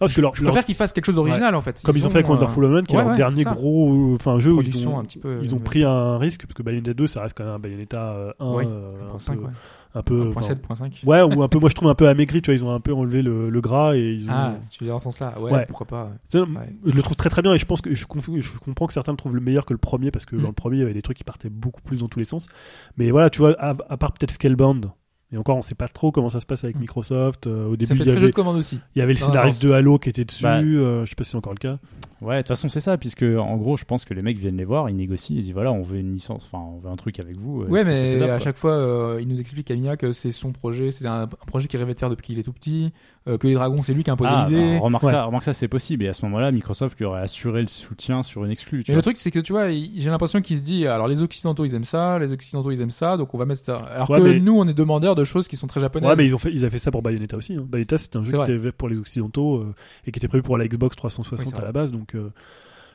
[SPEAKER 3] parce que leur-
[SPEAKER 1] je
[SPEAKER 3] leur-
[SPEAKER 1] préfère qu'ils fassent quelque chose d'original en fait.
[SPEAKER 3] Comme ils, ont fait avec
[SPEAKER 1] euh,
[SPEAKER 3] Wonderful Woman, qui
[SPEAKER 1] ouais,
[SPEAKER 3] est leur
[SPEAKER 1] ouais,
[SPEAKER 3] dernier
[SPEAKER 1] c'est ça.
[SPEAKER 3] gros euh, enfin, jeu où ils
[SPEAKER 1] production
[SPEAKER 3] ont,
[SPEAKER 1] un petit peu. euh,
[SPEAKER 3] ils ont pris un risque, parce que Bayonetta 2, ça reste quand même un Bayonetta euh, 1,
[SPEAKER 1] Oui,
[SPEAKER 3] euh, un,
[SPEAKER 1] 5,
[SPEAKER 3] peu,
[SPEAKER 1] ouais.
[SPEAKER 3] un peu, enfin,
[SPEAKER 1] 1.7, 1.5.
[SPEAKER 3] ouais, ou un peu, moi je trouve un peu amaigri, tu vois, ils ont un peu enlevé le, le gras et ils ont.
[SPEAKER 1] Ah, tu veux dire dans ce sens-là Ouais,
[SPEAKER 3] Ouais. Mm.
[SPEAKER 1] pourquoi pas.
[SPEAKER 3] C'est-
[SPEAKER 1] ouais.
[SPEAKER 3] Je le trouve très très bien et je pense que je, conf- je comprends que certains le trouvent le meilleur que le premier parce que
[SPEAKER 1] Mm.
[SPEAKER 3] dans le premier il y avait des trucs qui partaient beaucoup plus dans tous les sens. Mais voilà, tu vois, à, à part peut-être Scalebound, et encore on sait pas trop comment ça se passe avec
[SPEAKER 1] Mm.
[SPEAKER 3] Microsoft. euh, au
[SPEAKER 1] Ça
[SPEAKER 3] début
[SPEAKER 1] fait
[SPEAKER 3] il y,
[SPEAKER 1] très jeu
[SPEAKER 3] avait,
[SPEAKER 1] de commande aussi.
[SPEAKER 3] il y avait le
[SPEAKER 1] dans un
[SPEAKER 3] scénariste
[SPEAKER 1] sens.
[SPEAKER 3] de Halo qui était dessus,
[SPEAKER 2] Bah.
[SPEAKER 3] euh, je sais pas si c'est encore le cas.
[SPEAKER 2] Ouais, de toute façon, c'est ça, puisque en gros, je pense que les mecs viennent les voir, ils négocient, ils disent voilà, on veut une licence, enfin, on veut un truc avec vous. euh,
[SPEAKER 1] Ouais,
[SPEAKER 2] est-ce que
[SPEAKER 1] mais
[SPEAKER 2] c'est faisable,
[SPEAKER 1] à
[SPEAKER 2] quoi
[SPEAKER 1] chaque fois, euh, il nous explique Camilla que c'est son projet, c'est un, un projet qu'il rêvait de faire depuis qu'il est tout petit, euh, que les dragons, c'est lui qui a imposé
[SPEAKER 2] Ah,
[SPEAKER 1] l'idée.
[SPEAKER 2] bah, remarque,
[SPEAKER 3] Ouais.
[SPEAKER 2] ça, remarque ça, c'est possible. Et à ce moment-là, Microsoft lui aurait assuré le soutien sur une exclue. tu
[SPEAKER 1] Mais
[SPEAKER 2] vois.
[SPEAKER 1] le truc, c'est que tu vois, il- j'ai l'impression qu'il se dit, alors les Occidentaux, ils aiment ça, les Occidentaux, ils aiment ça, donc on va mettre ça. Alors
[SPEAKER 3] Ouais,
[SPEAKER 1] que
[SPEAKER 3] mais-
[SPEAKER 1] nous, on est demandeurs de choses qui sont très japonaises.
[SPEAKER 3] Ouais, mais ils ont fait, ils avaient fait ça pour Bayonetta aussi. hein. Bayonetta, c'était un jeu
[SPEAKER 1] C'est
[SPEAKER 3] qui
[SPEAKER 1] vrai.
[SPEAKER 3] était fait pour les occidentaux euh, et qui était prévu pour la Xbox 360
[SPEAKER 1] Oui, c'est
[SPEAKER 3] à
[SPEAKER 1] vrai.
[SPEAKER 3] la base. Donc, euh,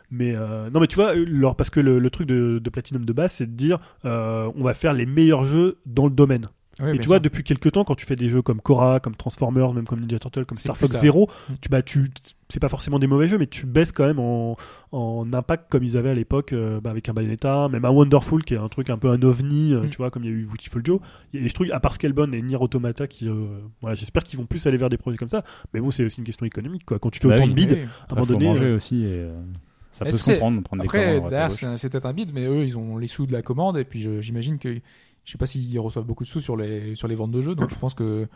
[SPEAKER 3] mais euh, non, mais tu vois, euh, leur- parce que le, le truc de, de Platinum de base, c'est de dire, euh, on va faire les meilleurs jeux dans le domaine.
[SPEAKER 1] Ouais,
[SPEAKER 3] et
[SPEAKER 1] bien
[SPEAKER 3] tu vois,
[SPEAKER 1] sûr.
[SPEAKER 3] depuis quelques temps, quand tu fais des jeux comme Korra, comme Transformers, même comme Ninja Turtle, comme
[SPEAKER 1] C'est
[SPEAKER 3] Star
[SPEAKER 1] plus
[SPEAKER 3] Fox
[SPEAKER 1] ça.
[SPEAKER 3] Zero,
[SPEAKER 1] Mm.
[SPEAKER 3] tu, bah, tu, c'est pas forcément des mauvais jeux, mais tu baisses quand même en, en impact comme ils avaient à l'époque euh, bah, avec un Bayonetta, même un Wonderful qui est un truc un peu un ovni, euh,
[SPEAKER 1] Mm.
[SPEAKER 3] tu vois, comme il y a eu Beautiful Joe. Il y a des trucs, à part Scalebone et Nier Automata, qui, euh, voilà, j'espère qu'ils vont plus aller vers des projets comme ça, mais bon, c'est aussi une question économique, quoi. Quand tu fais
[SPEAKER 2] Bah
[SPEAKER 3] autant
[SPEAKER 2] oui,
[SPEAKER 3] de bides,
[SPEAKER 1] Oui, oui.
[SPEAKER 3] à un
[SPEAKER 2] Après,
[SPEAKER 3] moment
[SPEAKER 2] faut
[SPEAKER 3] donné.
[SPEAKER 2] manger
[SPEAKER 3] euh,
[SPEAKER 2] aussi. et, euh, ça peut
[SPEAKER 1] Est-ce
[SPEAKER 2] se
[SPEAKER 1] que-
[SPEAKER 2] comprendre de prendre des
[SPEAKER 1] Après,
[SPEAKER 2] commandes à droite à
[SPEAKER 1] derrière,
[SPEAKER 2] gauche.
[SPEAKER 1] c'est c'est peut-être un bide, mais eux, ils ont les sous de la commande, et puis je- euh, j'imagine qu'ils Je sais pas s'ils reçoivent beaucoup de sous sur les, sur les ventes de jeux, donc je pense que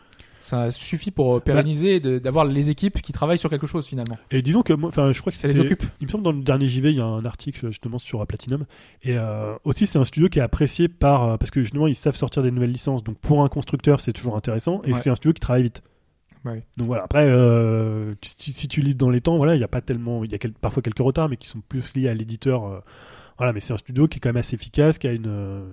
[SPEAKER 1] ça suffit pour euh, pérenniser de- d'avoir les équipes qui travaillent sur quelque chose finalement.
[SPEAKER 3] Et disons que moi, enfin, je crois que
[SPEAKER 1] Ça les
[SPEAKER 3] c'était-
[SPEAKER 1] occupe.
[SPEAKER 3] Il me semble dans le dernier JV, il y a un article justement sur Platinum. Et euh, aussi, c'est un studio qui est apprécié par. euh, parce que justement, ils savent sortir des nouvelles licences. Donc pour un constructeur, c'est toujours intéressant. Et
[SPEAKER 1] Ouais.
[SPEAKER 3] c'est un studio qui travaille vite.
[SPEAKER 1] Ouais.
[SPEAKER 3] Donc voilà, après, euh, tu- si, si tu lis dans les temps, voilà, il y a pas tellement. Il y a quel- parfois quelques retards, mais qui sont plus liés à l'éditeur. euh, voilà, mais c'est un studio qui est quand même assez efficace, qui a une. euh,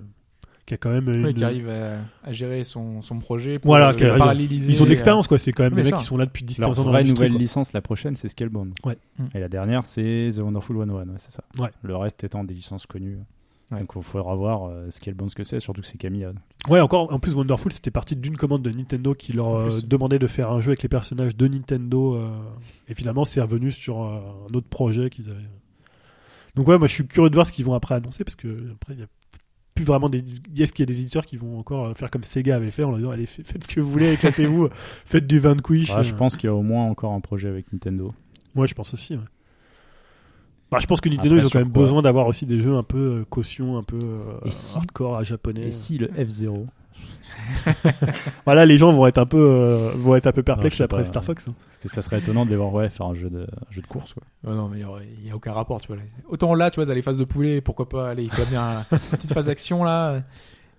[SPEAKER 3] qui a quand même.
[SPEAKER 1] Oui,
[SPEAKER 3] une-
[SPEAKER 1] qui arrive à, à gérer son, son projet pour
[SPEAKER 3] Voilà,
[SPEAKER 1] se
[SPEAKER 3] qui arrive.
[SPEAKER 1] paralléliser. euh.
[SPEAKER 3] Ils ont de l'expérience, quoi. C'est quand même
[SPEAKER 1] Oui,
[SPEAKER 3] des mecs
[SPEAKER 1] ça.
[SPEAKER 3] qui sont là depuis 10-15
[SPEAKER 2] Leur
[SPEAKER 3] ans dans
[SPEAKER 2] vraie
[SPEAKER 3] l'industrie,
[SPEAKER 2] nouvelle
[SPEAKER 3] quoi.
[SPEAKER 2] licence, la prochaine, c'est Scalebound.
[SPEAKER 3] Ouais.
[SPEAKER 1] Mm.
[SPEAKER 2] Et la dernière, c'est The Wonderful 101, ouais, c'est ça.
[SPEAKER 3] Ouais.
[SPEAKER 2] Le reste étant des licences connues.
[SPEAKER 1] Ouais.
[SPEAKER 2] Donc il faudra voir euh, Scalebound ce que c'est, surtout que c'est euh, Camilla.
[SPEAKER 3] Ouais, encore, en plus, Wonderful, c'était parti d'une commande de Nintendo qui leur
[SPEAKER 1] En
[SPEAKER 3] euh,
[SPEAKER 1] plus.
[SPEAKER 3] demandait de faire un jeu avec les personnages de Nintendo. euh, et finalement, c'est revenu sur euh, un autre projet qu'ils avaient. Donc, ouais, moi, je suis curieux de voir ce qu'ils vont après annoncer parce que, après, il y a plus vraiment des. Est-ce qu'il y a des éditeurs qui vont encore euh, faire comme Sega avait fait en leur disant, allez, fait- faites ce que vous voulez, éclatez-vous, faites du Vanquish.
[SPEAKER 2] Ouais, je
[SPEAKER 3] euh,
[SPEAKER 2] pense qu'il y a au moins encore un projet avec Nintendo.
[SPEAKER 3] Ouais, je pense aussi, ouais. Bah, je pense que Nintendo,
[SPEAKER 2] Après,
[SPEAKER 3] ils ont quand
[SPEAKER 2] sur
[SPEAKER 3] même
[SPEAKER 2] quoi
[SPEAKER 3] besoin d'avoir aussi des jeux un peu euh, caution, un peu euh,
[SPEAKER 2] Et si-
[SPEAKER 3] hardcore à japonais. euh,
[SPEAKER 2] Et si le F0
[SPEAKER 3] Voilà, Bah les gens vont être un peu, euh, vont être un peu perplexes
[SPEAKER 2] sais
[SPEAKER 3] après
[SPEAKER 2] pas.
[SPEAKER 3] Star Fox. hein.
[SPEAKER 2] Parce que ça serait étonnant de les voir ouais, faire un jeu de, un jeu de course. Quoi.
[SPEAKER 1] Ouais, non, mais il n'y a aucun rapport, tu vois. là. Autant là, tu vois, t'as les phases de poulet, pourquoi pas, allez, il faut bien une petite phase d'action là.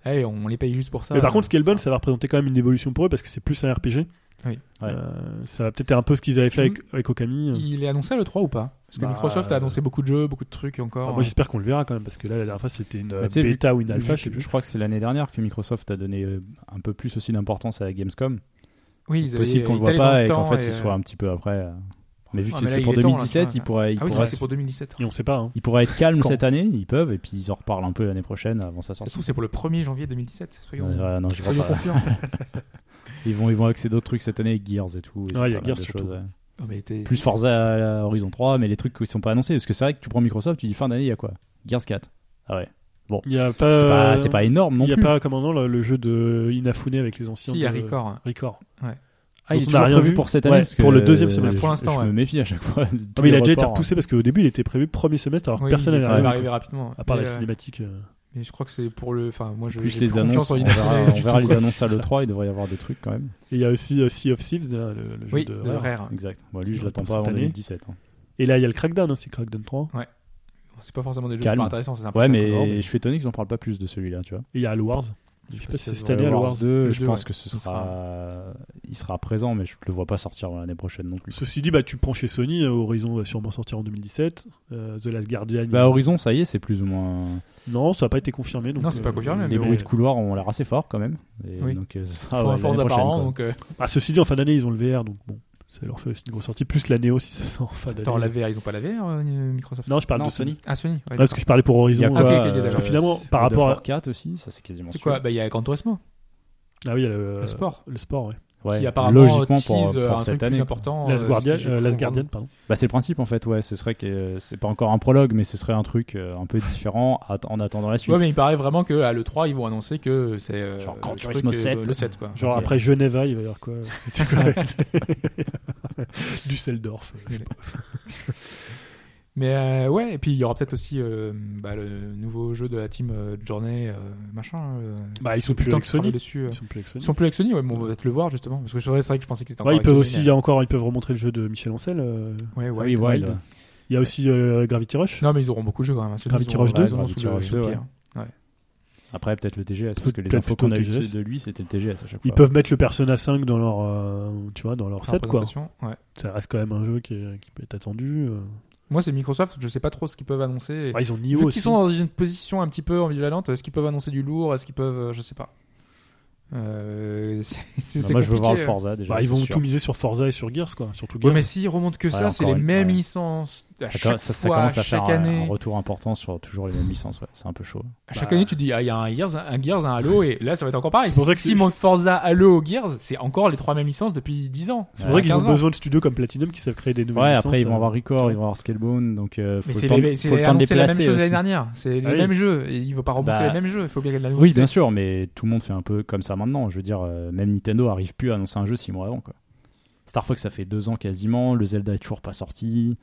[SPEAKER 1] Allez, on les paye juste pour ça.
[SPEAKER 3] Mais par contre, Scalebound, ça va représenter quand même une évolution pour eux parce que c'est plus un RPG.
[SPEAKER 1] Oui.
[SPEAKER 2] Ouais.
[SPEAKER 3] Euh, ça va peut-être être un peu ce qu'ils avaient fait avec, avec Okami.
[SPEAKER 1] Il est annoncé à l'E3 ou pas Parce que
[SPEAKER 3] Bah,
[SPEAKER 1] Microsoft a annoncé beaucoup de jeux, beaucoup de trucs encore.
[SPEAKER 3] Enfin, moi, j'espère qu'on le verra quand même parce que là, la dernière fois, c'était une euh,
[SPEAKER 2] Bah, tu sais, vu-
[SPEAKER 3] bêta ou une alpha,
[SPEAKER 2] Vu
[SPEAKER 3] je sais
[SPEAKER 2] que-
[SPEAKER 3] plus.
[SPEAKER 2] je crois que c'est l'année dernière que Microsoft a donné euh, un peu plus aussi d'importance à la Gamescom.
[SPEAKER 1] oui, ils avaient-
[SPEAKER 2] possible qu'on
[SPEAKER 1] ils
[SPEAKER 2] le voit
[SPEAKER 1] étaient dans
[SPEAKER 2] pas et qu'en
[SPEAKER 1] temps
[SPEAKER 2] fait,
[SPEAKER 1] et,
[SPEAKER 2] il soit un petit peu après. euh. Mais vu
[SPEAKER 1] Ah,
[SPEAKER 2] que
[SPEAKER 1] mais là,
[SPEAKER 2] c'est
[SPEAKER 1] il
[SPEAKER 2] pour
[SPEAKER 1] est temps, là,
[SPEAKER 2] 2017,
[SPEAKER 1] tu
[SPEAKER 2] il
[SPEAKER 1] vois.
[SPEAKER 2] pourrait, il
[SPEAKER 1] Ah oui, c'est
[SPEAKER 2] pourra
[SPEAKER 1] vrai, c'est pour 2017.
[SPEAKER 3] Et on sait pas. hein.
[SPEAKER 2] Il pourra être calme
[SPEAKER 3] Quand
[SPEAKER 2] cette année, ils peuvent, et puis ils en reparlent un peu l'année prochaine avant
[SPEAKER 1] Ça
[SPEAKER 2] sa
[SPEAKER 1] se
[SPEAKER 2] sortie.
[SPEAKER 1] trouve, c'est pour le 1er janvier 2017. Soyons,
[SPEAKER 2] Ouais, ouais, non, j'y crois
[SPEAKER 1] soyons
[SPEAKER 2] pas.
[SPEAKER 1] confiants.
[SPEAKER 2] Ils vont, ils vont axer d'autres trucs cette année avec Gears et tout. et
[SPEAKER 3] Ouais, il y a
[SPEAKER 2] pas mal de
[SPEAKER 3] Gears surtout.
[SPEAKER 2] ouais.
[SPEAKER 1] Non, mais t'es-
[SPEAKER 2] Plus Forza euh, Horizon 3, mais les trucs qui sont pas annoncés. Parce que c'est vrai que tu prends Microsoft, tu dis fin d'année, il y a quoi Gears 4. Ah ouais.
[SPEAKER 3] Il y a
[SPEAKER 2] C'est
[SPEAKER 3] pas.
[SPEAKER 2] pas, c'est pas énorme non
[SPEAKER 3] Il Euh, y a
[SPEAKER 2] plus.
[SPEAKER 3] pas, comment non, le, le jeu de Inafune avec les anciens.
[SPEAKER 1] Si, il y a
[SPEAKER 3] de-
[SPEAKER 1] Record.
[SPEAKER 3] Record.
[SPEAKER 2] Ah, il est
[SPEAKER 3] dont on
[SPEAKER 2] toujours
[SPEAKER 3] a rien
[SPEAKER 2] prévu
[SPEAKER 3] vu.
[SPEAKER 2] pour cette année.
[SPEAKER 3] Ouais,
[SPEAKER 2] parce que,
[SPEAKER 3] pour le deuxième
[SPEAKER 2] euh,
[SPEAKER 3] semestre.
[SPEAKER 2] je-
[SPEAKER 1] Pour l'instant,
[SPEAKER 2] Je
[SPEAKER 1] ouais.
[SPEAKER 2] me méfie à chaque fois. de tous
[SPEAKER 3] Non, mais Ah il
[SPEAKER 2] les
[SPEAKER 3] a déjà été
[SPEAKER 2] reports. hein.
[SPEAKER 3] repoussé parce qu'au début, il était prévu premier semestre alors que
[SPEAKER 1] Oui,
[SPEAKER 3] personne n'avait
[SPEAKER 1] ça va
[SPEAKER 3] rien.
[SPEAKER 1] arriver rapidement.
[SPEAKER 3] À part
[SPEAKER 1] Mais,
[SPEAKER 3] la
[SPEAKER 1] euh,
[SPEAKER 3] cinématique. euh.
[SPEAKER 1] Mais je crois que c'est pour le. Enfin, moi, je.
[SPEAKER 2] hein. Plus
[SPEAKER 1] j'ai
[SPEAKER 2] les
[SPEAKER 1] confiance
[SPEAKER 2] annonces,
[SPEAKER 1] en
[SPEAKER 2] on
[SPEAKER 1] Infinite
[SPEAKER 2] verra,
[SPEAKER 1] Blade
[SPEAKER 2] on
[SPEAKER 1] du
[SPEAKER 2] verra
[SPEAKER 1] tout,
[SPEAKER 2] les
[SPEAKER 1] quoi.
[SPEAKER 2] annonces à l'E3, il devrait y avoir des trucs quand même.
[SPEAKER 3] Et il y a aussi euh, Sea of Thieves, là, le, le jeu
[SPEAKER 1] Oui,
[SPEAKER 3] de.
[SPEAKER 1] de
[SPEAKER 3] Rare.
[SPEAKER 1] Rare.
[SPEAKER 2] Exact. Moi, lui, je
[SPEAKER 3] Pour
[SPEAKER 2] l'attends
[SPEAKER 3] cette
[SPEAKER 2] pas avant
[SPEAKER 3] année. Ah,
[SPEAKER 2] 2017. hein.
[SPEAKER 3] Et là, il y a le Crackdown aussi, Crackdown 3.
[SPEAKER 1] C'est pas forcément des jeux
[SPEAKER 2] Calme.
[SPEAKER 1] super intéressants, c'est un peu
[SPEAKER 2] Ouais,
[SPEAKER 1] ça,
[SPEAKER 2] mais
[SPEAKER 1] quoi.
[SPEAKER 2] je suis étonné qu'ils en parlent pas plus de celui-là, tu vois.
[SPEAKER 3] Et il y a Halo Wars.
[SPEAKER 1] Je
[SPEAKER 3] Je sais
[SPEAKER 1] sais
[SPEAKER 3] pas
[SPEAKER 1] pas
[SPEAKER 3] si
[SPEAKER 1] si
[SPEAKER 3] cette année, Halo Wars
[SPEAKER 2] 2,
[SPEAKER 1] Le
[SPEAKER 2] je
[SPEAKER 1] deux,
[SPEAKER 2] pense
[SPEAKER 1] ouais.
[SPEAKER 2] que ce
[SPEAKER 1] Il
[SPEAKER 2] sera... Il sera présent, mais je le vois pas sortir l'année prochaine non plus.
[SPEAKER 3] Ceci dit, bah, tu prends chez Sony, euh, Horizon va sûrement sortir en 2017. euh, The Last Guardian.
[SPEAKER 2] Bah, Horizon, ça y est, c'est plus ou moins.
[SPEAKER 3] Non, ça n'a pas été confirmé. Donc, euh,
[SPEAKER 1] Non, c'est pas confirmé,
[SPEAKER 2] Les
[SPEAKER 1] mais
[SPEAKER 2] bruits
[SPEAKER 1] ouais.
[SPEAKER 2] de couloir ont l'air assez forts quand même. Et
[SPEAKER 1] Oui.
[SPEAKER 2] Donc, euh, ce
[SPEAKER 1] Ils
[SPEAKER 2] sera
[SPEAKER 1] font
[SPEAKER 2] ouais,
[SPEAKER 1] un Forza
[SPEAKER 2] l'année
[SPEAKER 1] par
[SPEAKER 2] prochain,
[SPEAKER 1] an,
[SPEAKER 2] quoi.
[SPEAKER 1] donc. euh,
[SPEAKER 3] Ah, ceci dit, en fin d'année, ils ont le VR, donc bon, ça leur fait aussi une grosse sortie. Plus la Neo si ça sort en fin d'année.
[SPEAKER 1] Attends, la VR, ils ont pas la VR, euh, Microsoft
[SPEAKER 3] Non, je parle
[SPEAKER 2] Non,
[SPEAKER 3] de Sony.
[SPEAKER 1] Ah, Sony ouais,
[SPEAKER 3] Ouais, parce que je parlais pour
[SPEAKER 2] Il y
[SPEAKER 3] Horizon.
[SPEAKER 2] a
[SPEAKER 1] Ah,
[SPEAKER 2] quoi
[SPEAKER 1] ok, ok,
[SPEAKER 2] euh,
[SPEAKER 1] d'accord.
[SPEAKER 3] Parce que finalement, par
[SPEAKER 2] God of
[SPEAKER 3] rapport à.
[SPEAKER 2] War 4 aussi, ça c'est quasiment
[SPEAKER 1] C'est
[SPEAKER 2] sûr.
[SPEAKER 1] quoi Bah, il y a Gran Turismo,
[SPEAKER 3] Ah oui, il y a le,
[SPEAKER 1] le sport,
[SPEAKER 3] le sport, ouais.
[SPEAKER 2] Ouais,
[SPEAKER 1] qui apparemment
[SPEAKER 2] Logiquement
[SPEAKER 1] tease
[SPEAKER 2] pour,
[SPEAKER 1] euh,
[SPEAKER 2] pour
[SPEAKER 1] un truc
[SPEAKER 2] cette
[SPEAKER 1] plus
[SPEAKER 2] année. quoi.
[SPEAKER 1] important. euh,
[SPEAKER 3] Last,
[SPEAKER 1] ce
[SPEAKER 3] Guardian,
[SPEAKER 1] qui- je
[SPEAKER 3] euh,
[SPEAKER 1] comprends.
[SPEAKER 3] Last Guardian, pardon.
[SPEAKER 2] Bah, c'est le principe en fait, ouais. Ce serait que euh, c'est pas encore un prologue, mais ce serait un truc euh, un peu différent at- en attendant la suite.
[SPEAKER 1] Ouais, mais il paraît vraiment qu'à l'E3, ils vont annoncer que c'est. euh,
[SPEAKER 2] Genre Gran
[SPEAKER 1] le truc,
[SPEAKER 2] Turismo
[SPEAKER 1] euh,
[SPEAKER 2] 7.
[SPEAKER 1] Le 7, quoi.
[SPEAKER 3] Genre
[SPEAKER 2] Ok.
[SPEAKER 3] après Geneva, il va y avoir quoi C'était quoi Düsseldorf. euh,
[SPEAKER 1] Mais euh, ouais, et puis il y aura peut-être aussi euh, bah, le nouveau jeu de la team euh, Journey, euh, machin. euh,
[SPEAKER 3] Bah, ils
[SPEAKER 1] c'est
[SPEAKER 3] sont
[SPEAKER 1] depuis
[SPEAKER 3] plus
[SPEAKER 1] le temps
[SPEAKER 3] avec
[SPEAKER 1] qu'ils travaillent
[SPEAKER 3] Sony.
[SPEAKER 1] dessus, euh.
[SPEAKER 3] Ils sont plus avec Sony.
[SPEAKER 1] Ils sont plus avec Sony, ouais, mais on va peut-être le voir justement. Parce que c'est vrai c'est vrai que je pensais que c'était encore.
[SPEAKER 3] Ouais, ils
[SPEAKER 1] avec
[SPEAKER 3] peuvent
[SPEAKER 1] Sony,
[SPEAKER 3] aussi, il y
[SPEAKER 1] mais-
[SPEAKER 3] a encore, ils peuvent remontrer le jeu de Michel Ancel. euh,
[SPEAKER 1] Ouais, ouais.
[SPEAKER 2] Ah oui, Wild.
[SPEAKER 3] Wild. Il y a aussi euh, Gravity Rush.
[SPEAKER 1] Non, mais ils auront beaucoup de jeux quand même. hein. Sony,
[SPEAKER 3] Gravity
[SPEAKER 1] ils auront-
[SPEAKER 3] Rush
[SPEAKER 1] ils
[SPEAKER 3] 2,
[SPEAKER 1] auront
[SPEAKER 2] Gravity
[SPEAKER 1] sous le-
[SPEAKER 2] Rush
[SPEAKER 1] sous le
[SPEAKER 2] 2,
[SPEAKER 1] pied,
[SPEAKER 2] ouais.
[SPEAKER 1] hein.
[SPEAKER 2] Après, peut-être le TGS, parce
[SPEAKER 3] Peut-être
[SPEAKER 2] que les infos qu'on a
[SPEAKER 3] plutôt
[SPEAKER 2] eues
[SPEAKER 3] TGS.
[SPEAKER 2] de lui, c'était le TGS à chaque
[SPEAKER 3] Ils
[SPEAKER 2] fois.
[SPEAKER 3] peuvent mettre le Persona 5 dans leur, euh, tu vois, dans leur
[SPEAKER 1] Enfin,
[SPEAKER 3] set, quoi.
[SPEAKER 1] Ah, présentation, ouais.
[SPEAKER 3] Ça reste quand même un jeu qui, est- qui peut être attendu. euh.
[SPEAKER 1] Moi, c'est Microsoft, je sais pas trop ce qu'ils peuvent annoncer.
[SPEAKER 3] Ouais, ils ont
[SPEAKER 1] Vu
[SPEAKER 3] Nioh
[SPEAKER 1] qu'ils
[SPEAKER 3] aussi.
[SPEAKER 1] sont dans une position un petit peu ambivalente, est-ce qu'ils peuvent annoncer du lourd Est-ce qu'ils peuvent. euh, Je sais pas. Euh, c'est- c'est-
[SPEAKER 2] Bah,
[SPEAKER 1] c'est
[SPEAKER 2] moi, je veux voir le
[SPEAKER 1] compliqué. euh. hein.
[SPEAKER 2] Forza déjà.
[SPEAKER 3] Bah, ils
[SPEAKER 2] c'est
[SPEAKER 3] vont
[SPEAKER 2] sûr.
[SPEAKER 3] tout miser sur Forza et sur Gears, quoi. Surtout
[SPEAKER 1] Ouais,
[SPEAKER 3] Gears.
[SPEAKER 1] mais s'ils remontent que ça,
[SPEAKER 2] Ouais,
[SPEAKER 1] c'est
[SPEAKER 2] encore
[SPEAKER 1] les
[SPEAKER 2] une-
[SPEAKER 1] mêmes
[SPEAKER 2] ouais.
[SPEAKER 1] licences. À
[SPEAKER 2] Ça,
[SPEAKER 1] chaque
[SPEAKER 2] ça- ça
[SPEAKER 1] fois,
[SPEAKER 2] commence à faire
[SPEAKER 1] chaque
[SPEAKER 2] un-
[SPEAKER 1] année.
[SPEAKER 2] un retour important sur toujours les mêmes licences. ouais. C'est un peu chaud.
[SPEAKER 1] À chaque
[SPEAKER 3] Bah.
[SPEAKER 1] année, tu dis, ah, il y a un Gears, un Gears, un Halo, et là, ça va être encore pareil.
[SPEAKER 3] C'est pour ça que
[SPEAKER 1] si mon Forza, Halo, Gears, c'est encore les trois mêmes licences depuis 10 ans.
[SPEAKER 3] C'est vrai qu'ils ont
[SPEAKER 1] 15 ans.
[SPEAKER 3] besoin de studios comme Platinum qui savent créer des nouvelles
[SPEAKER 2] Ouais,
[SPEAKER 3] licences,
[SPEAKER 2] après, ils vont
[SPEAKER 3] euh.
[SPEAKER 2] avoir Record, ils vont avoir Scalebone, donc euh, faut
[SPEAKER 1] Mais
[SPEAKER 2] le
[SPEAKER 1] c'est
[SPEAKER 2] temps
[SPEAKER 1] les-
[SPEAKER 2] de-
[SPEAKER 1] c'est
[SPEAKER 2] faut le temps de les
[SPEAKER 1] annoncé la même
[SPEAKER 2] placer.
[SPEAKER 1] chose l'année
[SPEAKER 2] aussi.
[SPEAKER 1] dernière. C'est les
[SPEAKER 3] Ah oui.
[SPEAKER 1] mêmes jeux. Et il ne va pas remonter
[SPEAKER 2] Bah,
[SPEAKER 1] les mêmes jeux. Il faut bien qu'il y ait de la
[SPEAKER 2] Oui,
[SPEAKER 1] nouveauté.
[SPEAKER 2] bien sûr, mais tout le monde fait un peu comme ça maintenant. Je veux dire, euh, même Nintendo arrive plus à annoncer un jeu six mois avant. Quoi. Star Fox, ça fait deux ans quasiment. Le Zelda est toujours pas sorti.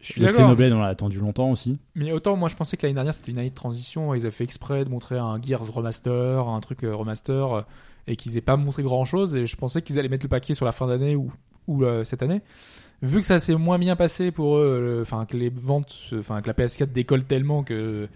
[SPEAKER 1] Je suis
[SPEAKER 2] Le
[SPEAKER 1] d'accord.
[SPEAKER 2] Xenoblade, on l'a attendu longtemps aussi.
[SPEAKER 1] Mais autant moi je pensais que l'année dernière c'était une année de transition, ils avaient fait exprès de montrer un Gears remaster, un truc euh, remaster, euh, et qu'ils n'aient pas montré grand chose, et je pensais qu'ils allaient mettre le paquet sur la fin d'année ou, ou euh, cette année. Vu que ça s'est moins bien passé pour eux, euh, le- enfin que les ventes, se- enfin que la PS4 décolle tellement que